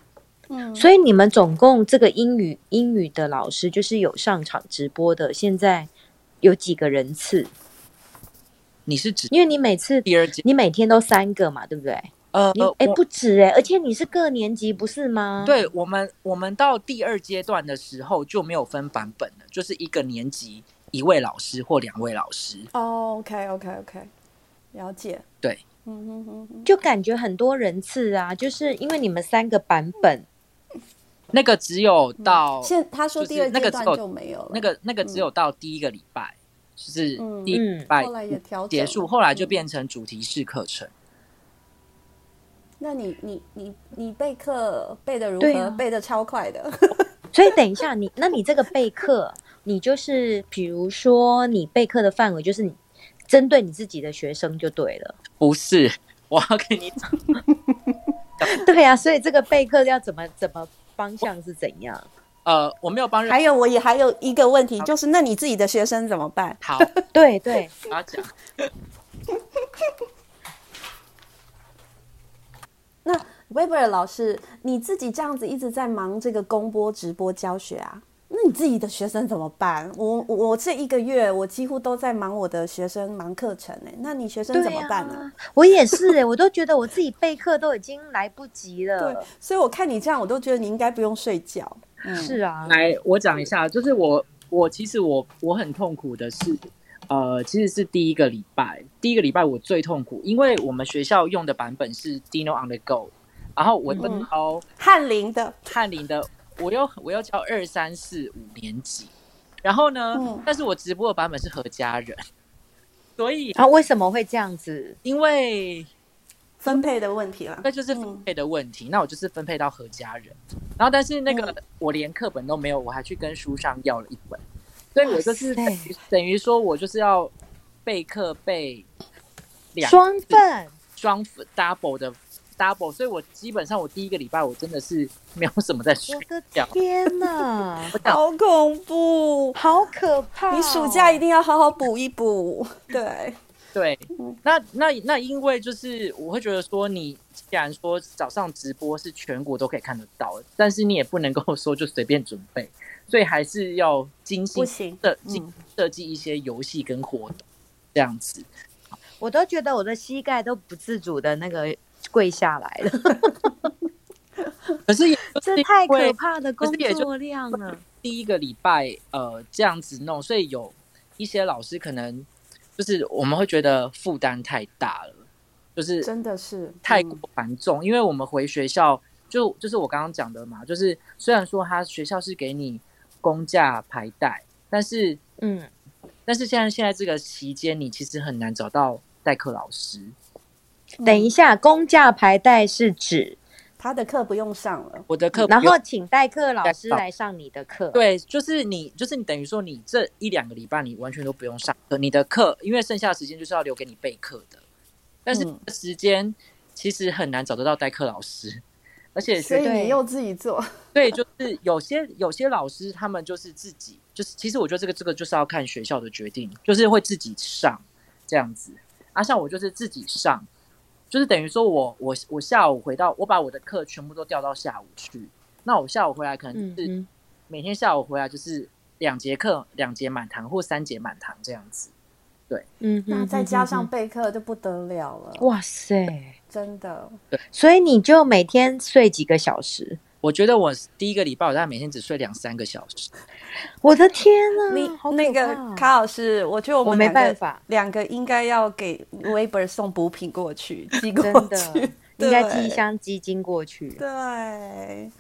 [SPEAKER 1] 嗯，
[SPEAKER 2] 所以你们总共这个英语英语的老师，就是有上场直播的，现在有几个人次？
[SPEAKER 3] 你是指
[SPEAKER 2] 因为你每次
[SPEAKER 3] 第二届？
[SPEAKER 2] 你每天都三个嘛，对不对？
[SPEAKER 3] 呃
[SPEAKER 2] 你，哎、
[SPEAKER 3] 我
[SPEAKER 2] 不止哎、而且你是各年级不是吗？，
[SPEAKER 3] 对我们，我们到第二阶段的时候就没有分版本了，就是一个年级一位老师或两位老师。
[SPEAKER 1] 哦，OK OK OK，了解，
[SPEAKER 3] 对，
[SPEAKER 1] 嗯哼哼哼，
[SPEAKER 2] 就感觉很多人次啊，就是因为你们三个版本，
[SPEAKER 3] 那个只有到、
[SPEAKER 1] 嗯现他说
[SPEAKER 3] 就是
[SPEAKER 1] 第二
[SPEAKER 3] 那
[SPEAKER 1] 阶
[SPEAKER 3] 个只
[SPEAKER 1] 段
[SPEAKER 3] 有
[SPEAKER 1] 就没有了，
[SPEAKER 3] 那个那个只有到第一个礼拜，就是
[SPEAKER 1] 嗯
[SPEAKER 3] 第一个礼
[SPEAKER 2] 嗯
[SPEAKER 3] 拜
[SPEAKER 1] 后来也调整
[SPEAKER 3] 结束，后来
[SPEAKER 1] 嗯
[SPEAKER 3] 就变成主题式课程。
[SPEAKER 1] 那你你你你备课备的如
[SPEAKER 2] 对
[SPEAKER 1] 何？
[SPEAKER 2] 啊
[SPEAKER 1] 背的超快的，
[SPEAKER 2] 所以等一下你，那你这个备课，你就是比如说你备课的范围就是你针对你自己的学生就对了。
[SPEAKER 3] 不是，我要跟
[SPEAKER 1] 嗯
[SPEAKER 3] 你讲，
[SPEAKER 2] 对呀、所以这个备课要怎么怎么方向是怎样？
[SPEAKER 3] 呃，我没有帮任
[SPEAKER 1] 还有我也还有一个问题，就是那你自己的学生怎么办？
[SPEAKER 3] 好，
[SPEAKER 2] 对对，啊
[SPEAKER 3] 我要讲，
[SPEAKER 1] 那 Weber 老师，你自己这样子一直在忙这个公播直播教学啊？那你自己的学生怎么办？我我这一个月我几乎都在忙我的学生忙课程哎、那你学生怎么办呢、
[SPEAKER 2] 对啊我也是哎、我都觉得我自己备课都已经来不及
[SPEAKER 1] 对
[SPEAKER 2] 了。，
[SPEAKER 1] 所以我看你这样，我都觉得你应该不用睡觉。嗯，
[SPEAKER 2] 是啊，
[SPEAKER 3] 来，我讲一下，就是我我其实我我很痛苦的是，呃，其实是第一个礼拜，第一个礼拜我最痛苦，因为我们学校用的版本是 Dino on the Go，然后我
[SPEAKER 1] 嗯
[SPEAKER 3] 又教
[SPEAKER 1] 翰林的，
[SPEAKER 3] 翰林的，我又我又教二三四五年级，然后呢，
[SPEAKER 1] 嗯
[SPEAKER 3] 但是我直播的版本是合家人，所以
[SPEAKER 2] 啊，为什么会这样子？
[SPEAKER 3] 因为
[SPEAKER 1] 分配的问题啦。
[SPEAKER 2] 嗯
[SPEAKER 3] 那就是分配的问题。那我就是分配到何家人，然后但是那个、
[SPEAKER 2] 嗯
[SPEAKER 3] 我连课本都没有，我还去跟书上要了一本，所以我就是
[SPEAKER 2] 哇
[SPEAKER 3] 等
[SPEAKER 2] 塞
[SPEAKER 3] 于等于说我就是要备课备两
[SPEAKER 2] 双份
[SPEAKER 3] 双 double 的 double，所以我基本上我第一个礼拜我真的是没有什么在睡
[SPEAKER 2] 我的
[SPEAKER 3] 觉。
[SPEAKER 2] 天哪，
[SPEAKER 1] 好恐怖！
[SPEAKER 2] 好可怕哦、
[SPEAKER 1] 你暑假一定要好好补一 补。对，
[SPEAKER 3] 对
[SPEAKER 1] 嗯，
[SPEAKER 3] 那那那因为就是我会觉得说，你既然说早上直播是全国都可以看得到，但是你也不能够说就随便准备，所以还是要精心
[SPEAKER 1] 不行
[SPEAKER 3] 设
[SPEAKER 1] 嗯
[SPEAKER 3] 精设计一些游戏跟活动这样子。
[SPEAKER 2] 我都觉得我的膝盖都不自主的那个跪下来 了，
[SPEAKER 3] 可是也就是
[SPEAKER 2] 这太
[SPEAKER 3] 因为
[SPEAKER 2] 可怕的工作量了。
[SPEAKER 3] 第一个礼拜呃这样子弄，所以有一些老师可能就是我们会觉得负担太大了，就是
[SPEAKER 1] 真的是
[SPEAKER 3] 太
[SPEAKER 1] 嗯
[SPEAKER 3] 过繁重，因为我们回学校就就是我刚刚讲的嘛，就是虽然说他学校是给你公假排带，但是
[SPEAKER 2] 嗯，
[SPEAKER 3] 但是现在现在这个期间，你其实很难找到代课老师。
[SPEAKER 2] 等一下，公假排带是
[SPEAKER 1] 嗯
[SPEAKER 2] 指，
[SPEAKER 1] 他的课不用上了。
[SPEAKER 3] 我的课
[SPEAKER 2] 嗯
[SPEAKER 3] 不
[SPEAKER 2] 然
[SPEAKER 3] 用，
[SPEAKER 2] 后请代课老师来上你的课。，
[SPEAKER 3] 对，就是你就是你等于说你这一两个礼拜你完全都不用上课，你的课因为剩下的时间就是要留给你备课的，但是这
[SPEAKER 1] 嗯
[SPEAKER 3] 个时间其实很难找得到代课老师，而且
[SPEAKER 1] 所以
[SPEAKER 2] 对
[SPEAKER 1] 你又自己做，
[SPEAKER 3] 对，就是有些有些老师他们就是自己，就是其实我觉得这个这个就是要看学校的决定，就是会自己上这样子。啊，像我就是自己上，就是等于说我我我下午回到，我把我的课全部都调到下午去。那我下午回来可能
[SPEAKER 2] 嗯
[SPEAKER 3] 就是
[SPEAKER 2] 嗯，
[SPEAKER 3] 每天下午回来就是两节课，两节满堂或三节满堂这样子。
[SPEAKER 2] 嗯，
[SPEAKER 1] 那再加上
[SPEAKER 2] 嗯，
[SPEAKER 1] 备课就不得了了，
[SPEAKER 2] 嗯哇塞，
[SPEAKER 1] 真的。
[SPEAKER 2] 所以你就每天睡几个小时？
[SPEAKER 3] 我觉得我第一个礼拜我大概每天只睡两三个小时，
[SPEAKER 2] 我的天呐，
[SPEAKER 1] 你
[SPEAKER 2] 好可
[SPEAKER 1] 那个
[SPEAKER 2] 怕啊哦
[SPEAKER 1] 卡老师，我觉得我
[SPEAKER 2] 我
[SPEAKER 1] 们
[SPEAKER 2] 没
[SPEAKER 1] 两个
[SPEAKER 2] 办法
[SPEAKER 1] 两个应该要给 Weber 送补品过去，寄过
[SPEAKER 2] 真
[SPEAKER 1] 去
[SPEAKER 2] 的，应该
[SPEAKER 1] 对
[SPEAKER 2] 寄一箱鸡精过去。
[SPEAKER 1] 对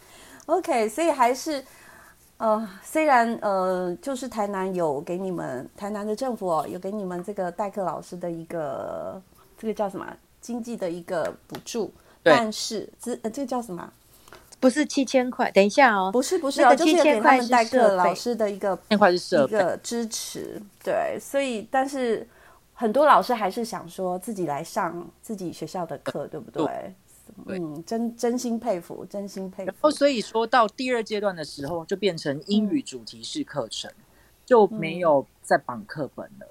[SPEAKER 1] ，OK，所以还是呃，虽然呃，就是台南有给你们台南的政府、哦、有给你们这个代课老师的一个这个叫什么啊经济的一个补助，
[SPEAKER 3] 对
[SPEAKER 1] 但是资、呃、这个叫什么啊？
[SPEAKER 2] 不是七千块，等一下哦，
[SPEAKER 1] 不是不是
[SPEAKER 2] 那
[SPEAKER 1] 哦，
[SPEAKER 2] 个
[SPEAKER 1] 就是有
[SPEAKER 2] 7000
[SPEAKER 1] 给他
[SPEAKER 2] 块
[SPEAKER 1] 们
[SPEAKER 2] 是
[SPEAKER 1] 代
[SPEAKER 2] 设
[SPEAKER 1] 课老
[SPEAKER 2] 备
[SPEAKER 1] 师的一个
[SPEAKER 3] 那块是设
[SPEAKER 1] 一
[SPEAKER 3] 备。
[SPEAKER 1] 个支持，对，所以但是很多老师还是想说自己来上自己学校的课，对不对？
[SPEAKER 3] 对
[SPEAKER 1] 嗯，真真心佩服，真心佩
[SPEAKER 3] 然后，
[SPEAKER 1] 服。
[SPEAKER 3] 所以说到第二阶段的时候，就变成英
[SPEAKER 1] 嗯
[SPEAKER 3] 语主题式课程，就没有再绑课本了，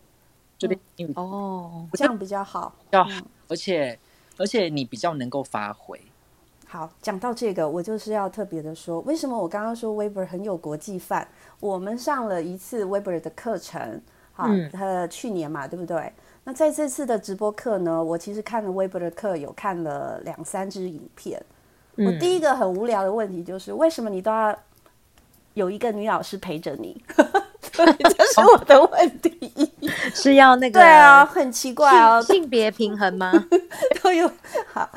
[SPEAKER 3] 就
[SPEAKER 1] 嗯
[SPEAKER 3] 变英语比
[SPEAKER 2] 哦，
[SPEAKER 1] 这样比较好。
[SPEAKER 3] 较好，
[SPEAKER 1] 哦
[SPEAKER 3] 而且而且你比较能够发挥。
[SPEAKER 1] 好，讲到这个，我就是要特别的说，为什么我刚刚说 Weber 很有国际范？我们上了一次 Weber 的课程，好，
[SPEAKER 2] 嗯
[SPEAKER 1] 呃，去年嘛，对不对？那在这次的直播课呢，我其实看了 Weber 的课，有看了两三支影片。我
[SPEAKER 2] 嗯
[SPEAKER 1] 第一个很无聊的问题就是，为什么你都要有一个女老师陪着你？ 这是
[SPEAKER 3] 哦
[SPEAKER 1] 我的问题。
[SPEAKER 2] 嗯是要那个
[SPEAKER 1] 对啊，很奇怪啊，
[SPEAKER 2] 性性别平衡吗？
[SPEAKER 1] 都有好，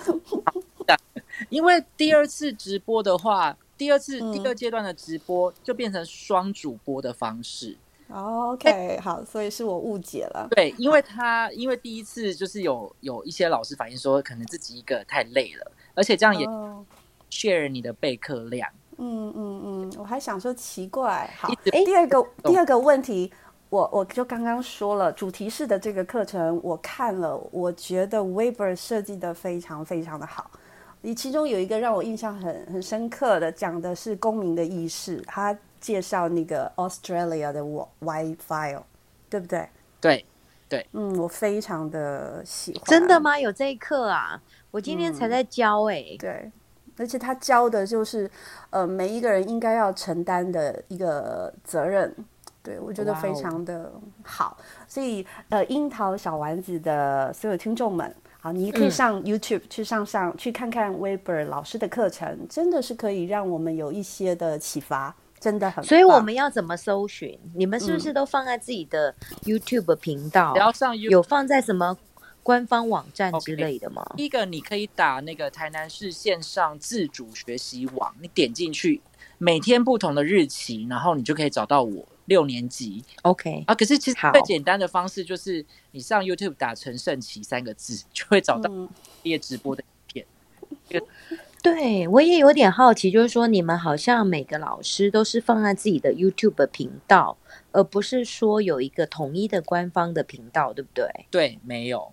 [SPEAKER 3] 因为第二次直播的话，第二次、
[SPEAKER 1] 嗯
[SPEAKER 3] 第二阶段的直播就变成双主播的方式。
[SPEAKER 1] 哦 OK，好，所以是我误解了。
[SPEAKER 3] 对，因为他因为第一次就是有有一些老师反映说，可能自己一个太累了，而且这样也
[SPEAKER 1] 哦
[SPEAKER 3] share 你的备课量。
[SPEAKER 1] 嗯嗯嗯，我还想说奇怪。好
[SPEAKER 3] 一，直
[SPEAKER 1] 第二个
[SPEAKER 3] 动
[SPEAKER 1] 第二个问题，我我就刚刚说了，主题式的这个课程我看了，我觉得 Weber 设计的非常非常的好。你其中有一个让我印象很很深刻的，讲的是公民的意识，他介绍那个 Australia 的 Wi- WiFi，哦对不对？
[SPEAKER 3] 对，
[SPEAKER 1] 嗯，我非常的喜欢。嗯
[SPEAKER 2] 真的？吗？有这一课啊？我今天才在教哎、
[SPEAKER 1] 对，而且他教的就是呃每一个人应该要承担的一个责任。对，我觉得
[SPEAKER 2] 哦
[SPEAKER 1] 非常的好，所以呃，樱桃小丸子的所有听众们，好，你
[SPEAKER 2] 嗯
[SPEAKER 1] 可以上 YouTube 去上上、去看看 Weber 老师的课程，真的是可以让我们有一些的启发，真的很棒。
[SPEAKER 2] 所以我们要怎么搜寻？你们是不
[SPEAKER 1] 嗯
[SPEAKER 2] 是都放在自己的 YouTube 频道？
[SPEAKER 3] 只要上 YouTube
[SPEAKER 2] 有放在什么官方网站之类的吗？
[SPEAKER 3] 第一个，你可以打那个台南市线上自主学习网，你点进去，每天不同的日期，然后你就可以找到我六年级
[SPEAKER 2] OK，
[SPEAKER 3] 啊。可是其实
[SPEAKER 2] 好
[SPEAKER 3] 最简单的方式就是你上 YouTube 打“陈胜奇”三个字，就会找到
[SPEAKER 1] 嗯，
[SPEAKER 3] 毕业直播的影片。
[SPEAKER 2] 对我也有点好奇，就是说你们好像每个老师都是放在自己的 YouTube 频道，而不是说有一个统一的官方的频道，对不对？
[SPEAKER 3] 对，没有，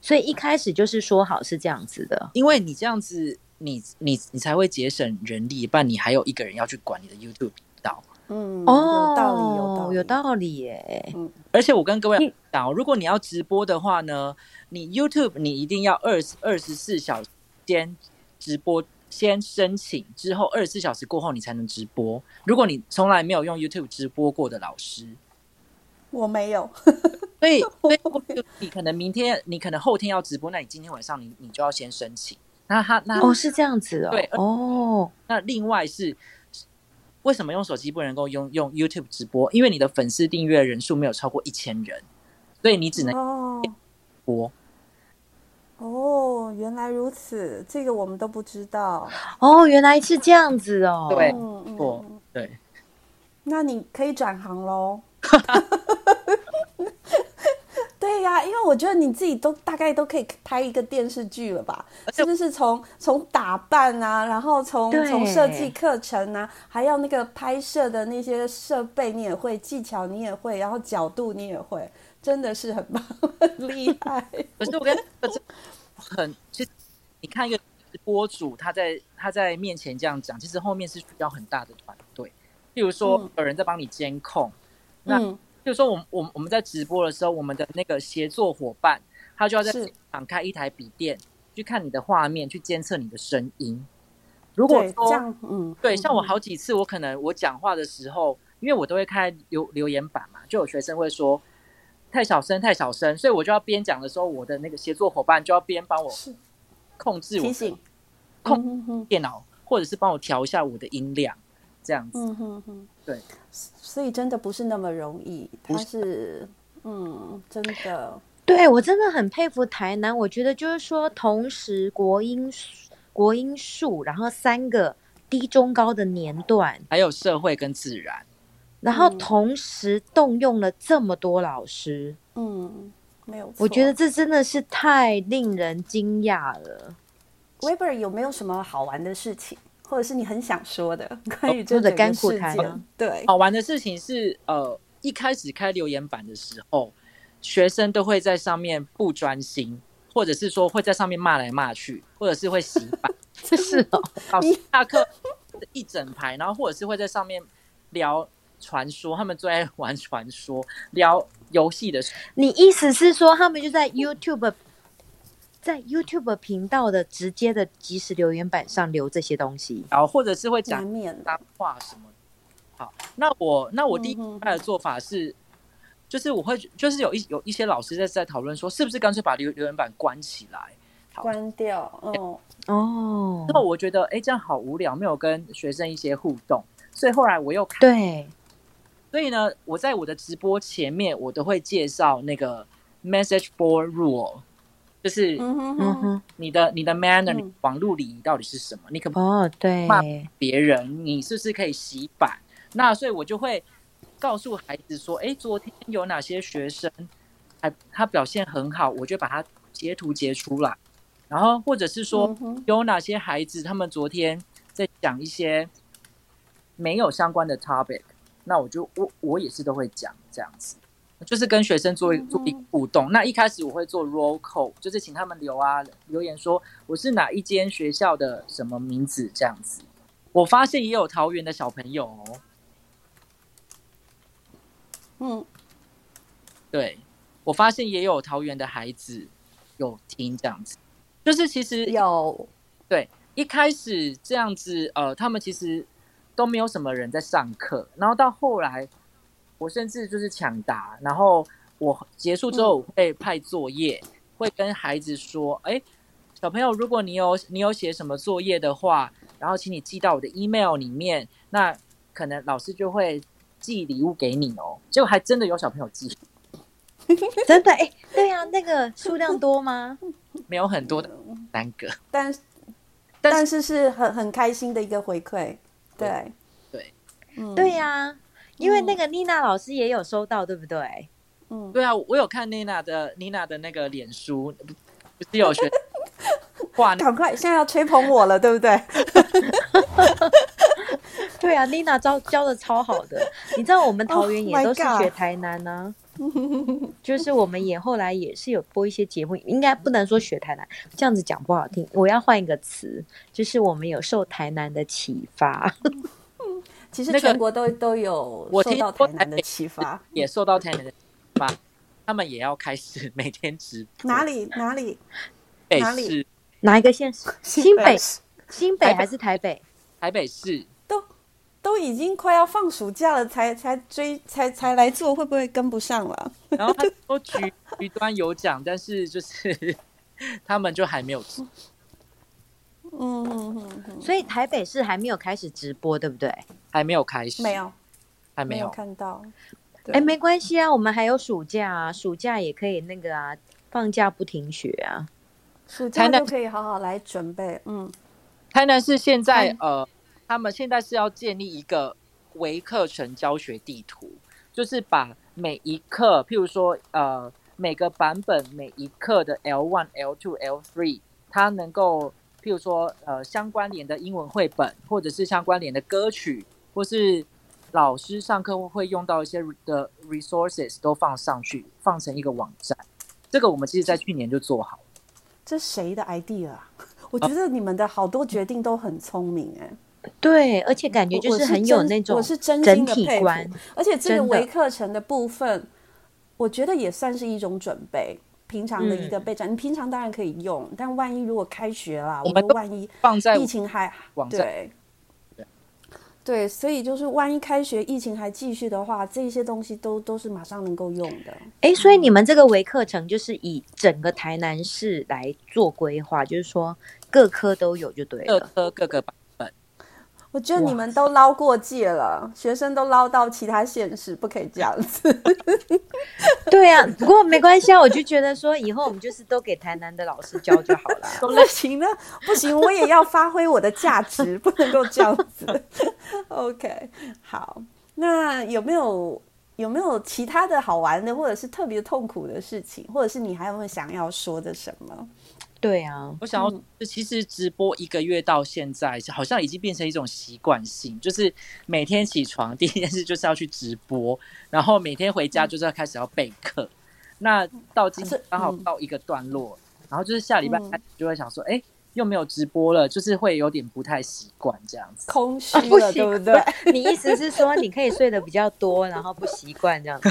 [SPEAKER 2] 所以一开始就是说好是这样子的。
[SPEAKER 3] 因为你这样子，你你你才会节省人力，不然你还有一个人要去管你的 YouTube 频道。
[SPEAKER 1] 嗯，
[SPEAKER 2] 哦，
[SPEAKER 1] 有道理，有道理，
[SPEAKER 2] 有道理耶。
[SPEAKER 3] 而且我跟各
[SPEAKER 2] 嗯
[SPEAKER 3] 位讲哦，如果你要直播的话呢，你 YouTube 你一定要二二十四小时先直播，先申请之后二十四小时过后你才能直播。如果你从来没有用 YouTube 直播过的老师，
[SPEAKER 1] 我没有，
[SPEAKER 3] 所以所以你可能明天你可能后天要直播，那你今天晚上你你就要先申请。那他
[SPEAKER 1] 嗯
[SPEAKER 3] 那
[SPEAKER 2] 哦，是这样子哦。
[SPEAKER 3] 对
[SPEAKER 2] 哦，
[SPEAKER 3] 那另外是为什么用手机不能够用用 YouTube 直播？因为你的粉丝订阅人数没有超过一千人，所以你只能
[SPEAKER 1] 哦
[SPEAKER 3] 播。
[SPEAKER 1] 哦，原来如此，这个我们都不知道。
[SPEAKER 2] 哦，原来是这样子哦。
[SPEAKER 3] 对
[SPEAKER 1] 嗯嗯
[SPEAKER 3] 播
[SPEAKER 1] 嗯，
[SPEAKER 3] 对。
[SPEAKER 1] 那你可以转行 喽。对呀、因为我觉得你自己都大概都可以拍一个电视剧了吧？是不是从从打扮啊，然后从
[SPEAKER 2] 对
[SPEAKER 1] 从设计课程啊，还要那个拍摄的那些设备你也会，技巧你也会，然后角度你也会，真的是很棒，很厉害。
[SPEAKER 3] 可是我跟我真的很，其实你看一个播主，他在他在面前这样讲，其实后面是需要很大的团队。例如说
[SPEAKER 1] 嗯，
[SPEAKER 3] 有人在帮你监控， 那
[SPEAKER 1] 嗯，
[SPEAKER 3] 例如说我们我们我们在直播的时候，我们的那个协作伙伴，他就要在
[SPEAKER 1] 是
[SPEAKER 3] 现场开一台笔电，去看你的画面，去监测你的声音。如果
[SPEAKER 1] 对，这
[SPEAKER 3] 说
[SPEAKER 1] 样，嗯，
[SPEAKER 3] 对，像我好几次，我可能我讲话的时候，因为我都会开留留言板嘛，就有学生会说太小声，太小声，所以我就要边讲的时候，我的那个协作伙伴就要边帮我
[SPEAKER 1] 是
[SPEAKER 3] 控制我
[SPEAKER 1] 提醒，
[SPEAKER 3] 控
[SPEAKER 1] 嗯哼哼
[SPEAKER 3] 电脑，或者是帮我调一下我的音量，这样子。
[SPEAKER 1] 嗯哼哼，
[SPEAKER 3] 对
[SPEAKER 1] 所，所以真的不是那么容易，它
[SPEAKER 3] 不是
[SPEAKER 1] 是，嗯，真的，
[SPEAKER 2] 对我真的很佩服台南。我觉得就是说，同时国音数国音数，然后三个低中高的年段，
[SPEAKER 3] 还有社会跟自然，
[SPEAKER 2] 然后
[SPEAKER 1] 嗯
[SPEAKER 2] 同时动用了这么多老师，
[SPEAKER 1] 嗯，没有错。
[SPEAKER 2] 我觉得这真的是太令人惊讶了。
[SPEAKER 1] Weber 有没有什么好玩的事情，或者是你很想说的关于
[SPEAKER 2] 哦
[SPEAKER 1] 这
[SPEAKER 2] 或者
[SPEAKER 1] 整
[SPEAKER 2] 甘
[SPEAKER 1] 个
[SPEAKER 2] 苦
[SPEAKER 1] 事
[SPEAKER 2] 谈
[SPEAKER 1] 件
[SPEAKER 2] 啊？
[SPEAKER 1] 对，
[SPEAKER 3] 好玩的事情是，呃，一开始开留言板的时候，学生都会在上面不专心，或者是说会在上面骂来骂去，或者是 会洗版。
[SPEAKER 2] 是哦，
[SPEAKER 3] 老师下课一整排，然后或者是会在上面聊传说，他们最爱玩传说，聊游戏的事。
[SPEAKER 2] 你意思是说他们就在 YouTube，在 YouTube 频道的直接的即时留言板上留这些东西？
[SPEAKER 3] 然后或者是会
[SPEAKER 1] 难
[SPEAKER 3] 讲
[SPEAKER 1] 免的，
[SPEAKER 3] 脏话什么的。好，那我那我第一
[SPEAKER 1] 嗯哼
[SPEAKER 3] 个的做法是，就是我会就是有一有一些老师在在讨论说，是不是干脆把留留言板关起来？好
[SPEAKER 1] 关掉，嗯，
[SPEAKER 2] 哦
[SPEAKER 3] 之，后我觉得哎、诶这样好无聊，没有跟学生一些互动，所以后来我又开
[SPEAKER 2] 对，
[SPEAKER 3] 所以呢，我在我的直播前面，我都会介绍那个 message board rule，就是
[SPEAKER 1] 嗯哼
[SPEAKER 2] 嗯
[SPEAKER 1] 哼，
[SPEAKER 2] 哼，
[SPEAKER 3] 你的你的 manner，、
[SPEAKER 1] 嗯
[SPEAKER 3] 你网络礼仪到底是什么？你可不可
[SPEAKER 2] 哦，对，
[SPEAKER 3] 骂以别人？你是不是可以洗版？那所以我就会告诉孩子说，诶，昨天有哪些学生，还他表现很好，我就把他截图截出来，然后或者是说，
[SPEAKER 1] 嗯哼
[SPEAKER 3] 有哪些孩子他们昨天在讲一些没有相关的 topic，那我就我我也是都会讲这样子，就是跟学生做一
[SPEAKER 1] 嗯哼
[SPEAKER 3] 做一个互动。那一开始我会做 roll call，就是请他们留啊留言说我是哪一间学校的什么名字这样子。我发现也有桃园的小朋友哦，
[SPEAKER 1] 嗯，
[SPEAKER 3] 对我发现也有桃园的孩子有听这样子，就是其实
[SPEAKER 1] 有，
[SPEAKER 3] 一开始这样子，呃，他们其实都没有什么人在上课，然后到后来，我甚至就是抢答，然后我结束之后我会派作业，会跟孩子说，哎、小朋友，如果你有你有写什么作业的话，然后请你寄到我的 email 里面，那可能老师就会寄礼物给你哦。结果还真的有小朋友寄，
[SPEAKER 2] 真的哎、对呀、那个数量多 吗？
[SPEAKER 3] 没有很多的三个，
[SPEAKER 1] 但
[SPEAKER 3] 但是
[SPEAKER 1] 但是是很很开心的一个回馈，对，
[SPEAKER 3] 对，
[SPEAKER 1] 嗯，
[SPEAKER 2] 对呀、因为那个妮娜老师也有收到，对不对？
[SPEAKER 1] 嗯，
[SPEAKER 3] 对啊，我有看妮娜的妮娜的那个脸书，不不是 有学画那
[SPEAKER 1] 赶快，现在要吹捧我了，对不对？
[SPEAKER 2] 对啊，妮娜教教的超好 的。你知道我们桃园
[SPEAKER 1] Oh
[SPEAKER 2] 也
[SPEAKER 1] my
[SPEAKER 2] 都是
[SPEAKER 1] God
[SPEAKER 2] 学台南 呢、就是我们也后来也是有播一些节目，应该不能说学台南，这样子讲不好听。我要换一个词，就是我们有受台南的启发。
[SPEAKER 1] 其实
[SPEAKER 3] 那个
[SPEAKER 1] 全国都都有
[SPEAKER 3] 我
[SPEAKER 1] 受
[SPEAKER 3] 听
[SPEAKER 1] 到台
[SPEAKER 3] 说
[SPEAKER 1] 南的启发，
[SPEAKER 3] 也受到台南的吧，他们也要开始每天直播
[SPEAKER 1] 哪里哪里
[SPEAKER 3] 北
[SPEAKER 1] 哪里
[SPEAKER 3] 市、
[SPEAKER 2] 哪一个县市？新北、
[SPEAKER 1] 市
[SPEAKER 2] 新北还是台北？
[SPEAKER 3] 台北市
[SPEAKER 1] 都都已经快要放暑假了，才才追才才来做，会不会跟不上了？
[SPEAKER 3] 然后他说局局端有奖，但是就是 他们就还没有做。
[SPEAKER 1] 嗯嗯嗯嗯，
[SPEAKER 2] 所以台北市还没有开始直播，对不对？
[SPEAKER 3] 还没有开始，
[SPEAKER 1] 没，有
[SPEAKER 3] 还没
[SPEAKER 1] 没有
[SPEAKER 3] 有。
[SPEAKER 1] 看到，对
[SPEAKER 2] 哎，没关系啊，我们还有暑假啊，暑假也可以那个啊，放假不停学啊。
[SPEAKER 1] 暑
[SPEAKER 3] 台
[SPEAKER 1] 假
[SPEAKER 3] 南
[SPEAKER 1] 就可以好好来准备。嗯，
[SPEAKER 3] 台南市现在呃，他们现在是要建立一个微课程教学地图，就是把每一课，譬如说呃每个版本每一课的 L one、L two、L three，它能够譬如说呃相关联的英文绘本，或者是相关联的歌曲，或是老师上课会用到一些的 resources 都放上去，放成一个网站。这个我们其实在去年就做好了。
[SPEAKER 1] 这谁的 idea 啊？我觉得你们的好多决定都很聪明哎、
[SPEAKER 2] 对，而且感觉就
[SPEAKER 1] 我我
[SPEAKER 2] 很
[SPEAKER 1] 真
[SPEAKER 2] 有那种
[SPEAKER 1] 我是真
[SPEAKER 2] 整
[SPEAKER 1] 心的
[SPEAKER 2] 体
[SPEAKER 1] 佩服
[SPEAKER 2] 观。，
[SPEAKER 1] 而且这个
[SPEAKER 2] 真的
[SPEAKER 1] 微课程的部分，我觉得也算是一种准备。平常的一个备战，你平常当然可以用，但万一如果开学啦，
[SPEAKER 3] 我
[SPEAKER 1] 我
[SPEAKER 3] 们
[SPEAKER 1] 们
[SPEAKER 3] 都
[SPEAKER 1] 万一
[SPEAKER 3] 放在
[SPEAKER 1] 疫情还
[SPEAKER 3] 网站
[SPEAKER 1] 对
[SPEAKER 3] 对
[SPEAKER 1] 对，所以就是万一开学疫情还继续的话，这些东西都都是马上能够用的。
[SPEAKER 2] 哎，所
[SPEAKER 1] 嗯
[SPEAKER 2] 以你们这个微课程就是以整个台南市来做规划，就是说各科都有就对
[SPEAKER 3] 各
[SPEAKER 1] 呃
[SPEAKER 2] 了。
[SPEAKER 3] 科各个版本。
[SPEAKER 1] 我觉得你们都捞过界了，学生都捞到其他县市，不可以这样子。
[SPEAKER 2] 对啊，不过没关系啊，我就觉得说以后我们就是都给台南的老师教就好了。啊
[SPEAKER 1] 不行呢，不行，我也要发挥我的价值， 不能够这样子。OK，好，那有没有有没有其他的好玩的，或者是特别痛苦的事情，或者是你还有没有想要说的什么？
[SPEAKER 2] 对啊，
[SPEAKER 3] 我想要
[SPEAKER 1] 嗯，
[SPEAKER 3] 其实直播一个月到现在，好像已经变成一种习惯性，就是每天起床 第一件事就是要去直播，然后每天回家就是要开始要备课。那到今天
[SPEAKER 1] 是
[SPEAKER 3] 刚好
[SPEAKER 1] 嗯
[SPEAKER 3] 到一个段落，然后就是下礼拜
[SPEAKER 1] 嗯
[SPEAKER 3] 开始就会想说，哎、又没有直播了，就是会有点不太习惯这样子。
[SPEAKER 1] 空虚
[SPEAKER 2] 啊不
[SPEAKER 1] 了，
[SPEAKER 2] 习
[SPEAKER 1] 对不
[SPEAKER 2] 惯
[SPEAKER 1] 对？
[SPEAKER 2] 你意思是说你可以睡得比较多，然后不习惯这样子？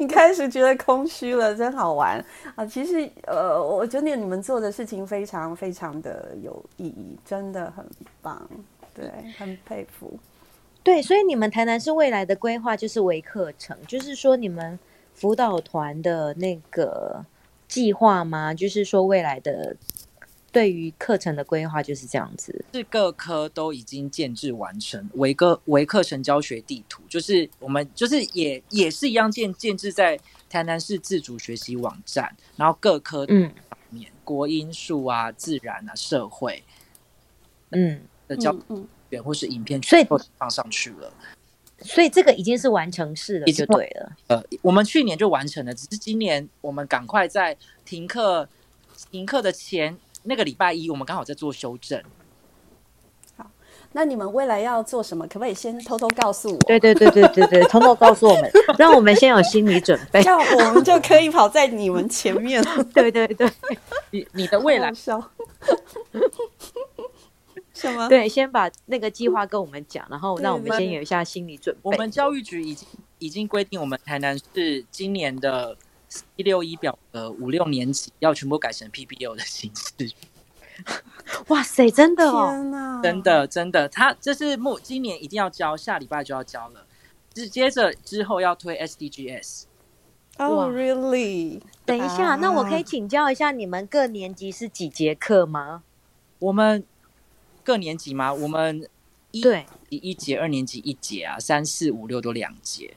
[SPEAKER 1] 你开始觉得空虚了，真好玩啊！其实，呃，我觉得你们做的事情非常非常的有意义，真的很棒，对，很佩服。
[SPEAKER 2] 对，所以你们台南市未来的规划就是微课程，就是说你们辅导团的那个计划吗？就是说未来的对于课程的规划就是这样子。
[SPEAKER 3] 是各科都已经建制完成，维课维课程教学地图，就是我们就是也也是一样建建制在台南市自主学习网站，然后各科
[SPEAKER 2] 嗯
[SPEAKER 3] 面，国英数啊、自然啊、社会
[SPEAKER 2] 嗯，
[SPEAKER 3] 的教
[SPEAKER 1] 嗯嗯，
[SPEAKER 3] 学或是影片，
[SPEAKER 2] 所以
[SPEAKER 3] 全部都放上去了。
[SPEAKER 2] 所以这个已经是完成式了，
[SPEAKER 3] 已经
[SPEAKER 2] 就对了。
[SPEAKER 3] 呃，我们去年就完成了，只是今年我们赶快在停课停课的前那个礼拜一，我们刚好在做修正。
[SPEAKER 1] 那你们未来要做什么？可不可以先偷偷告诉我？
[SPEAKER 2] 对对对对对对，通通告诉我们，让我们先有心理准备
[SPEAKER 1] 这。样我们就可以跑在你们前面了。
[SPEAKER 2] 对对对
[SPEAKER 3] 你你的未来
[SPEAKER 1] 好笑什么？
[SPEAKER 2] 对，先把那个计划跟我们讲，然后
[SPEAKER 1] 对
[SPEAKER 2] 让我们
[SPEAKER 1] 对
[SPEAKER 2] 先
[SPEAKER 1] 对
[SPEAKER 2] 有一下心理准备。
[SPEAKER 3] 我们教育局已经已经规定，我们台南市今年的
[SPEAKER 2] 嗯
[SPEAKER 3] 一六一表格五六年级要全部改成 PBL 的形式。
[SPEAKER 2] 哇塞，真的哦，
[SPEAKER 1] 天哪，
[SPEAKER 3] 真的真的，他这是目今年一定要交，下礼拜就要交了。只接着之后要推 SDGs，
[SPEAKER 1] 哦、
[SPEAKER 2] 哇
[SPEAKER 1] r e a l l y
[SPEAKER 2] 等一下，那我可
[SPEAKER 1] 啊
[SPEAKER 2] 以请教一下，你们各年级是几节课吗？
[SPEAKER 3] 我们各年级吗？我们一
[SPEAKER 2] 对，
[SPEAKER 3] 一节、二年级一节啊，三四五六都两节。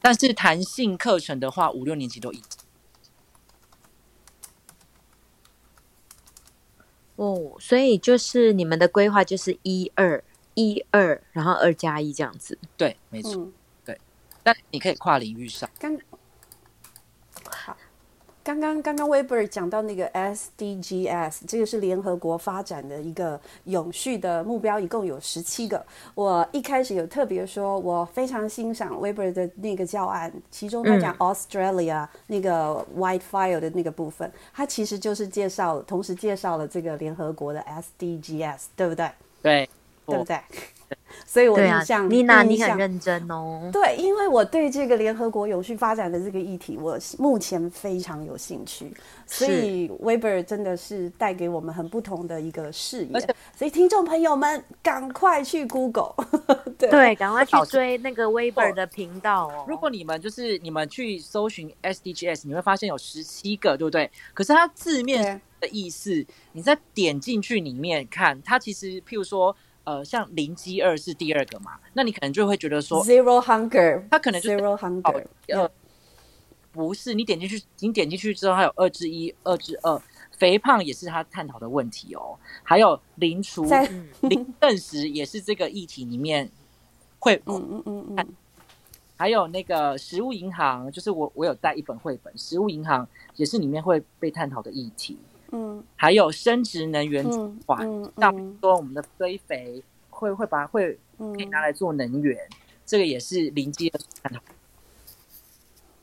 [SPEAKER 3] 但是弹性课程的话，五六年级都一节
[SPEAKER 2] 哦，所以就是你们的规划就是一二一二，然后二加一这样子。
[SPEAKER 3] 对，没错。
[SPEAKER 1] 嗯，
[SPEAKER 3] 但你可以跨领域上，
[SPEAKER 1] 刚好，刚刚刚刚 Weber 讲到那个 SDGs，这个是联合国发展的一个永续的目标，一共有十七个。我一开始有特别说，我非常欣赏 Weber 的那个教案，其中他
[SPEAKER 2] 嗯
[SPEAKER 1] 讲 Australia 那个 wildfire 的那个部分，它其实就是介绍，同时介绍了这个联合国的 SDGs，对不对？
[SPEAKER 3] 对，
[SPEAKER 1] 对不
[SPEAKER 3] 我
[SPEAKER 1] 对？ 所以我
[SPEAKER 2] 对
[SPEAKER 1] 印
[SPEAKER 2] 啊
[SPEAKER 1] 象，
[SPEAKER 2] 妮娜，
[SPEAKER 1] 印
[SPEAKER 2] 你很
[SPEAKER 1] 象
[SPEAKER 2] 认真 哦。
[SPEAKER 1] 对，因为我对这个联合国永续发展的这个议题，我目前非常有兴趣，所以 Weber 真的是带给我们很不同的一个视
[SPEAKER 3] 而
[SPEAKER 1] 野
[SPEAKER 3] 且。
[SPEAKER 1] 所以听众朋友们，赶快去 Google，对
[SPEAKER 2] 对，赶快去
[SPEAKER 3] 老师
[SPEAKER 2] 追那个 Weber 的频道哦。
[SPEAKER 3] 如果你们就是你们去搜寻 SDGs，你会发现有十七个，对不对？可是它字面的意思，你再点进去里面看，它其实譬如说，呃，像零饥二是第二个嘛，那你可能就会觉得 说，
[SPEAKER 1] Zero Hunger，
[SPEAKER 3] 它可能就是
[SPEAKER 1] Zero
[SPEAKER 3] 哦
[SPEAKER 1] Hunger，，
[SPEAKER 3] 呃，不是，你点进去，你点进去之后，还有二至一、二至二，肥胖也是他探讨的问题哦，还有零除
[SPEAKER 1] 在
[SPEAKER 2] 嗯
[SPEAKER 3] 零证实也是这个议题里面会
[SPEAKER 1] 嗯嗯嗯嗯，
[SPEAKER 3] 还有那个食物银行，就是我我有带一本绘本，食物银行也是里面会被探讨的议题，
[SPEAKER 1] 嗯
[SPEAKER 3] 还有生殖能源
[SPEAKER 1] 嗯
[SPEAKER 3] 转换，
[SPEAKER 1] 嗯
[SPEAKER 3] 像比如
[SPEAKER 1] 嗯
[SPEAKER 3] 说我们的堆肥会会把会可以
[SPEAKER 1] 嗯，
[SPEAKER 3] 拿来做能源，这个也是临界的探讨。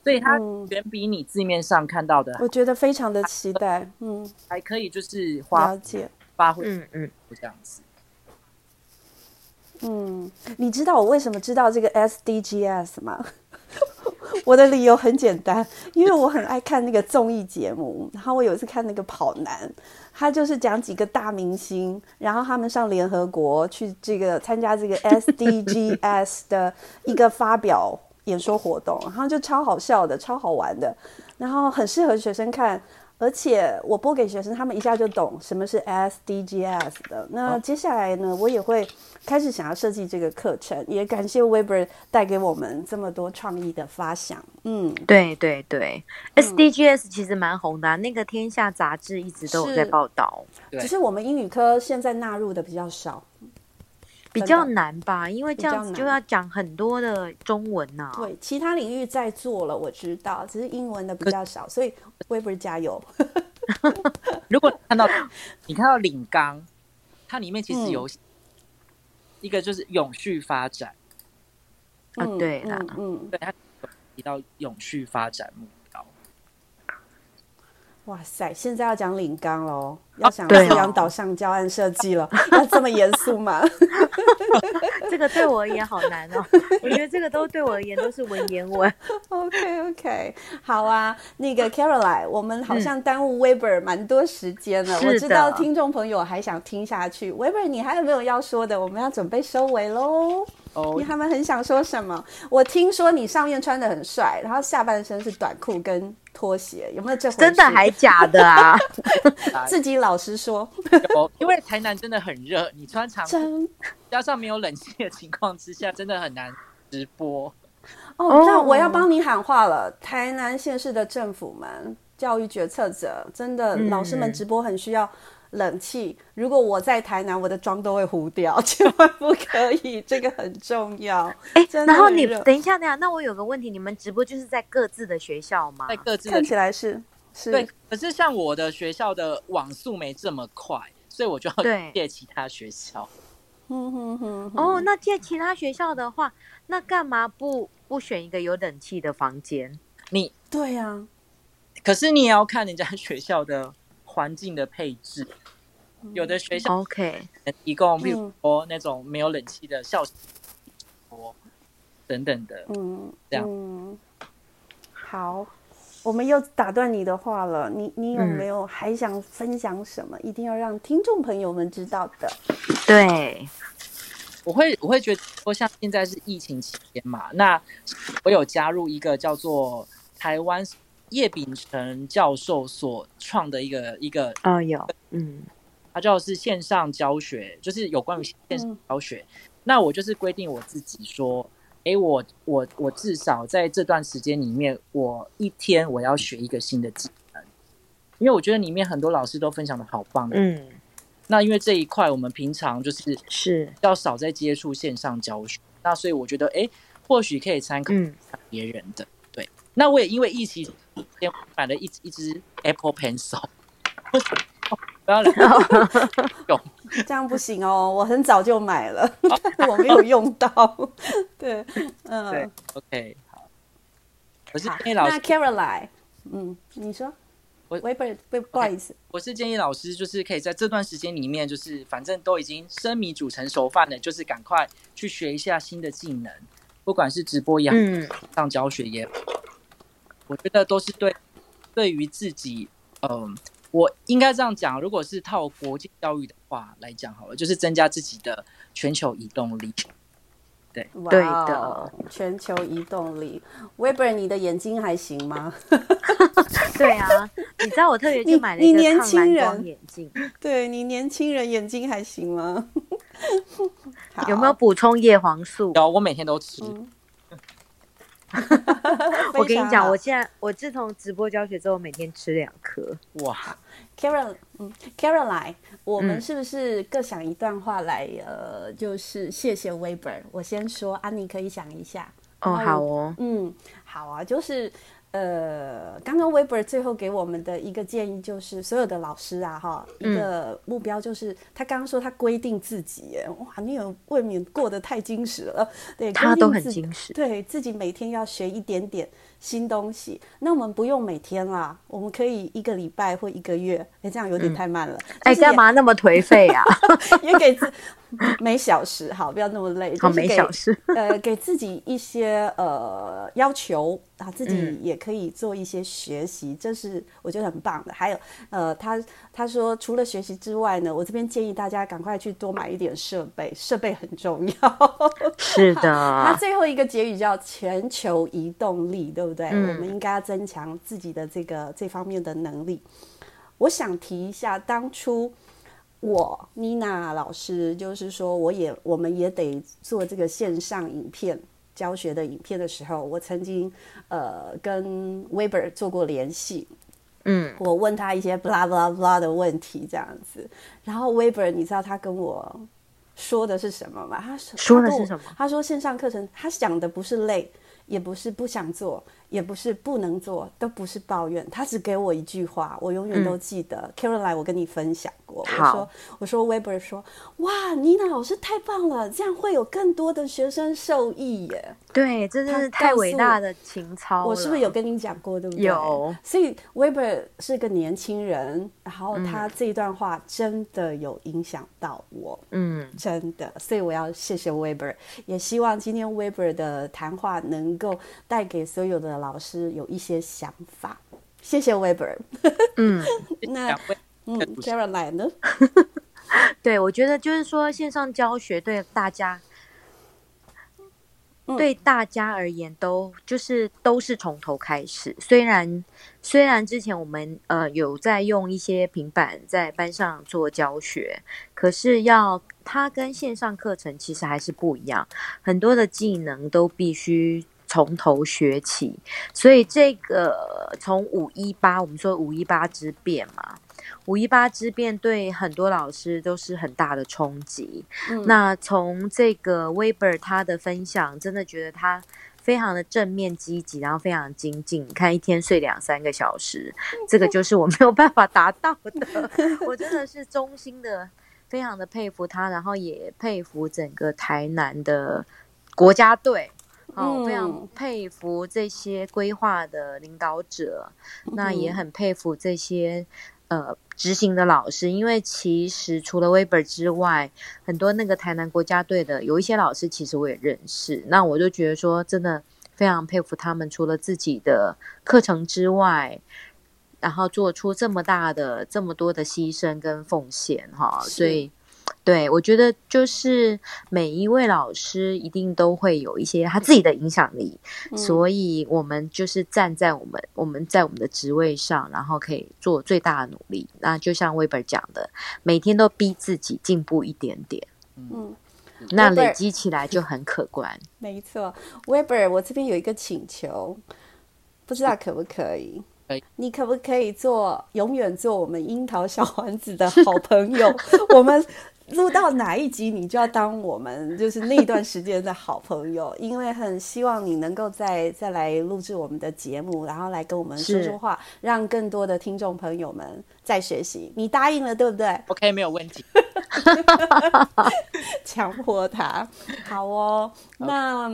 [SPEAKER 3] 所以它
[SPEAKER 1] 嗯
[SPEAKER 3] 远比你字面上看到的
[SPEAKER 1] 我觉得非常的期待，嗯，
[SPEAKER 3] 还可以，就是
[SPEAKER 1] 了
[SPEAKER 3] 发
[SPEAKER 1] 解。
[SPEAKER 3] 发挥
[SPEAKER 2] 嗯嗯，
[SPEAKER 3] 这样子。
[SPEAKER 1] 嗯，你知道我为什么知道这个 SDGs 吗？ 我的理由很简单，因为我很爱看那个综艺节目，然后我有一次看那个《跑男》，他就是讲几个大明星，然后他们上联合国去这个参加这个 SDGs 的一个发表演说活动，然后就超好笑的，超好玩的，然后很适合学生看。而且我播给学生，他们一下就懂什么是 SDGs 的。那接下来呢，我也会开始想要设计这个课程，也感谢 Weber 带给我们这么多创意的发想。嗯，
[SPEAKER 2] 对对对，SDGs 其实蛮红的啊、那个《天下》杂志一直都有在
[SPEAKER 1] 是
[SPEAKER 2] 报道，
[SPEAKER 3] 对
[SPEAKER 1] 只是我们英语科现在纳入的比较少。
[SPEAKER 2] 比
[SPEAKER 1] 真的
[SPEAKER 2] 较难吧？因为这样子
[SPEAKER 1] 比
[SPEAKER 2] 就
[SPEAKER 1] 较
[SPEAKER 2] 要
[SPEAKER 1] 难
[SPEAKER 2] 讲很多的中文呐、
[SPEAKER 1] 对，其他领域在做了，我知道，只是英文的比较少，所以 Weber 加油。
[SPEAKER 3] 如果你看到你看到领纲，它里面其
[SPEAKER 1] 嗯
[SPEAKER 3] 实有一个就是永续发展，
[SPEAKER 2] 啊对啦
[SPEAKER 1] 嗯嗯，
[SPEAKER 3] 对它有提到永续发展目标。
[SPEAKER 1] 哇塞，现在要讲领纲喽，要想
[SPEAKER 2] 对哦
[SPEAKER 1] 讲导向教案设计了， 要这么严肃吗？
[SPEAKER 2] 这个对我而言好难 哦。我觉得这个都对我而言都是文言 文。
[SPEAKER 1] OK OK，好啊，那个 Caroline，我们好像耽误 Weber 蛮多时间了。
[SPEAKER 2] 嗯是的
[SPEAKER 1] 我知道听众朋友还想听下去，Weber 你还有没有要说的？我们要准备收尾喽。
[SPEAKER 3] 哦
[SPEAKER 1] 因为，他们很想说什么？我听说你上面穿的很帅，然后下半身是短裤跟拖鞋，有没有这回事？
[SPEAKER 2] 真的还假的啊？
[SPEAKER 1] 自己老实说，
[SPEAKER 3] 有，因为台南真的很热，你穿长裤
[SPEAKER 1] 真
[SPEAKER 3] 加上没有冷气的情况之下，真的很难直播。
[SPEAKER 1] 哦，那我要帮你喊话了，台南县市的政府们、教育决策者，真的，
[SPEAKER 2] 嗯
[SPEAKER 1] 老师们直播很需要冷气。如果我在台南，我的妆都会糊掉， 千万不可以，这个很重要。
[SPEAKER 2] 哎、
[SPEAKER 1] 真的
[SPEAKER 2] 然后
[SPEAKER 1] 很
[SPEAKER 2] 你
[SPEAKER 1] 热
[SPEAKER 2] 等一下，等一下，那我有个问题，你们直播就是在各自的学校吗
[SPEAKER 3] 在？各自
[SPEAKER 1] 啊
[SPEAKER 3] 的
[SPEAKER 1] 看起来是是，
[SPEAKER 3] 对，可是像我的学校的网速没这么快，所以我就
[SPEAKER 2] 对
[SPEAKER 3] 要借其他学校。
[SPEAKER 1] 嗯哼哼哼，
[SPEAKER 2] 哦，那借其他学校的话，那干嘛不不选一个有冷气的房间？
[SPEAKER 3] 你
[SPEAKER 1] 对啊呀、
[SPEAKER 3] 可是你也要看人家 学校的环境的配置，有的学校
[SPEAKER 2] OK，
[SPEAKER 3] 能提供，
[SPEAKER 1] 嗯
[SPEAKER 3] 比如说那种没有冷气的校舍等等的。
[SPEAKER 1] 嗯，
[SPEAKER 3] 这样
[SPEAKER 1] 嗯，好。我们又打断你的话了，你你有没有还想分享什么？一定要让听众朋友们知道的。
[SPEAKER 2] 对，
[SPEAKER 3] 我会我会觉得说，像现在是疫情期间嘛，那我有加入一个叫做台湾叶秉成教授所创的一个一个，
[SPEAKER 2] 哦，有，嗯，
[SPEAKER 3] 它叫是线上教学，就是有关于线上教学。那我就是规定我自己说，诶，我我我至少在这段时间里面，我一天我要学一个新的技能，因为我觉得里面很多老师都分享的好棒。
[SPEAKER 2] 嗯，
[SPEAKER 3] 那因为这一块我们平常就是
[SPEAKER 2] 是，
[SPEAKER 3] 比较少在接触线上教学，那所以我觉得，诶，或许可以参考
[SPEAKER 2] 嗯，
[SPEAKER 3] 别人的。对，那我也因为疫情，买了一一支 Apple Pencil，不要来用。
[SPEAKER 1] 这样不行哦，我很早就买了，但 是我没有用到。对，嗯，
[SPEAKER 3] 哦对 OK，好。我是
[SPEAKER 1] 好
[SPEAKER 3] 建议老
[SPEAKER 1] 那
[SPEAKER 3] 师，
[SPEAKER 1] Caroline，嗯，你说，
[SPEAKER 3] 我
[SPEAKER 1] 喂，不是，不不好意思，
[SPEAKER 3] 我是建议老师，就是可以在这段时间里面，就是反正都已经生米煮成熟饭了，就是赶快去学一下新的技能，不管是直播也好，
[SPEAKER 2] 嗯，
[SPEAKER 3] 上教学也好，我觉得都是对对于自己，嗯、我应该这样讲，如果是套国际教育的话来讲好了，就是增加自己的全球移动力。
[SPEAKER 1] 哇
[SPEAKER 2] 对
[SPEAKER 1] 哦，全球移动力，Weber，你的眼睛还行吗？
[SPEAKER 2] 对啊，你知道我特别去
[SPEAKER 1] 你
[SPEAKER 2] 买了
[SPEAKER 1] 你
[SPEAKER 2] 一个
[SPEAKER 1] 年
[SPEAKER 2] 抗
[SPEAKER 1] 轻
[SPEAKER 2] 蓝
[SPEAKER 1] 人
[SPEAKER 2] 光眼镜，
[SPEAKER 1] 对你年轻人眼睛还行吗？ 好
[SPEAKER 2] 有没有？补充叶黄素？
[SPEAKER 3] 然后我每天都 吃，
[SPEAKER 1] 嗯
[SPEAKER 2] 我跟你讲，我
[SPEAKER 1] 非
[SPEAKER 2] 现在我自从直播教学之后，每天吃两颗。
[SPEAKER 3] 哇，
[SPEAKER 1] 常好 Carol，嗯，Caroline，我们
[SPEAKER 2] 嗯
[SPEAKER 1] 是不是各想一段话来？呃，就是谢谢 Weber，我先说，啊，你可以想一下。
[SPEAKER 2] 哦，
[SPEAKER 1] 那我
[SPEAKER 2] 好哦，
[SPEAKER 1] 嗯，好啊，就是呃，刚刚 Weber 最后给我们的一个建议就是，所有的老师啊，哈，
[SPEAKER 2] 嗯
[SPEAKER 1] 一个目标就是，他刚刚说他规定自己耶，哇，你有未免过得太矜持了，对，
[SPEAKER 2] 他
[SPEAKER 1] 规
[SPEAKER 2] 都
[SPEAKER 1] 定
[SPEAKER 2] 很
[SPEAKER 1] 自己
[SPEAKER 2] 矜持
[SPEAKER 1] 对自己每天要学一点点新东西，那我们不用每天啦，我们可以一个礼拜或一个月，哎，这样有点太慢了，
[SPEAKER 2] 哎，
[SPEAKER 1] 就是也
[SPEAKER 2] 干？嘛那么颓废 啊？
[SPEAKER 1] 也给自 每小时，好，不要那么累，就是
[SPEAKER 2] 好，哦没
[SPEAKER 1] 给
[SPEAKER 2] 小事。
[SPEAKER 1] 呃，给自己一些呃要求啊，自己也可以做一些学习，这是我觉得很棒的。还有呃，他他说除了学习之外呢，我这边建议大家赶快去多买一点设备，设备很重要。
[SPEAKER 2] 是
[SPEAKER 1] 它
[SPEAKER 2] 的，
[SPEAKER 1] 最后一个结语叫全球移动力，对不对？
[SPEAKER 2] 嗯
[SPEAKER 1] 我们应该要增强自己的这个这方面的能力。我想提一下，当初我妮娜老师就是说，我也我们也得做这个线上影片教学的影片的时候，我曾经呃跟 Weber 做过联系，
[SPEAKER 2] 嗯，
[SPEAKER 1] 我问他一些 blah blah blah 的问题这样子，然后 Weber 你知道他跟我说的是什么吗？他
[SPEAKER 2] 说的
[SPEAKER 1] 他跟我
[SPEAKER 2] 是什么
[SPEAKER 1] 他说线上课程，他讲的不是累，也不是不想做，也不是不能做，都不是抱怨，他只给我一句话，我永远都记得。Caroline，我跟你分享过，我
[SPEAKER 2] 嗯好
[SPEAKER 1] 说我说 Weber 说，哇，妮娜老师太棒了，这样会有更多的学生受益耶。
[SPEAKER 2] 对，这真
[SPEAKER 1] 他
[SPEAKER 2] 是太
[SPEAKER 1] 告诉
[SPEAKER 2] 伟大的情操了。
[SPEAKER 1] 我是不是有跟你讲过，对不对？
[SPEAKER 2] 有。
[SPEAKER 1] 所以 Weber 是个年轻人，然后他这一段话真的有影响到我，
[SPEAKER 2] 嗯，
[SPEAKER 1] 真的。所以我要谢谢 Weber，也希望今天 Weber 的谈话能够带给所有的老师有一些想法。谢谢 Weber。
[SPEAKER 2] 嗯，
[SPEAKER 1] 那
[SPEAKER 3] 两位
[SPEAKER 1] 嗯
[SPEAKER 3] 不是
[SPEAKER 1] ，Caroline 呢？
[SPEAKER 2] 对，我觉得就是说线上教学对大家，
[SPEAKER 1] 嗯
[SPEAKER 2] 对大家而言都就是都是从头开始。虽然虽然之前我们呃有在用一些平板在班上做教学，可是要它跟线上课程其实还是不一样，很多的技能都必须。从头学起，所以这个呃从五一八，我们说五一八之变嘛，五一八之变对很多老师都是很大的冲击。
[SPEAKER 1] 嗯
[SPEAKER 2] 那从这个 Weber 他的分享，真的觉得他非常的正面积极，然后非常精进。你看一天睡两三个小时，
[SPEAKER 1] 嗯
[SPEAKER 2] 这个就是我没有办法达到的。 我真的是衷心的，非常的佩服他，然后也佩服整个台南的国家队。哦，
[SPEAKER 1] 嗯
[SPEAKER 2] 非常佩服这些规划的领导者，那也
[SPEAKER 1] 嗯
[SPEAKER 2] 很佩服这些呃执行的老师，因为其实除了 Weber 之外，很多那个台南国家队的有一些老师，其实我也认识。那我就觉得说，真的非常佩服他们，除了自己的课程之外，然后做出这么大的、这么多的牺牲跟奉献哈。
[SPEAKER 1] 是
[SPEAKER 2] 所以，对我觉得就是每一位老师一定都会有一些他自己的影响力，
[SPEAKER 1] 嗯
[SPEAKER 2] 所以我们就是站在我们我们在我们的职位上，然后可以做最大的努力。那就像 Weber 讲的，每天都逼自己进步一点点，
[SPEAKER 1] 嗯，
[SPEAKER 2] 那
[SPEAKER 1] Weber
[SPEAKER 2] 累积起来就很可 观。
[SPEAKER 1] 没错，Weber，我这边有一个请求，不知道可不可以？
[SPEAKER 3] 可以
[SPEAKER 1] 你可不可以做永远做我们樱桃小丸子的好朋友？ 我们录到哪一集，你就要当我们就是那一段时间的好朋友，因为很希望你能够再再来录制我们的节目，然后来跟我们说
[SPEAKER 2] 是
[SPEAKER 1] 说话，让更多的听众朋友们再学习。你答应了，对不对？
[SPEAKER 3] OK，没有问题。
[SPEAKER 1] 强迫他。好哦，那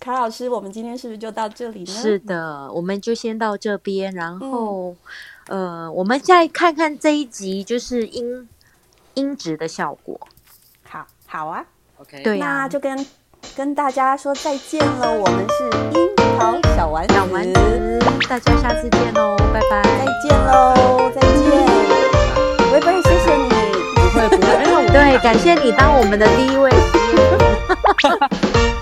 [SPEAKER 1] 卡老师，我们今天是不是就到这里呢？
[SPEAKER 2] 是的，我们就先到这边，然
[SPEAKER 1] 嗯
[SPEAKER 2] 后、呃，我们再看看这一集就是音音质的效果。
[SPEAKER 1] 好，好啊，
[SPEAKER 3] OK，
[SPEAKER 2] 对呀、
[SPEAKER 1] 那就跟跟大家说再见了。我们是樱桃小丸子，
[SPEAKER 2] 小丸子，大家下次见喽，拜
[SPEAKER 1] 再
[SPEAKER 2] 拜。
[SPEAKER 1] 见喽，再见。微微，谢谢你，
[SPEAKER 3] 不会不会，哎，那我
[SPEAKER 2] 对，感谢你当我们的第一位实验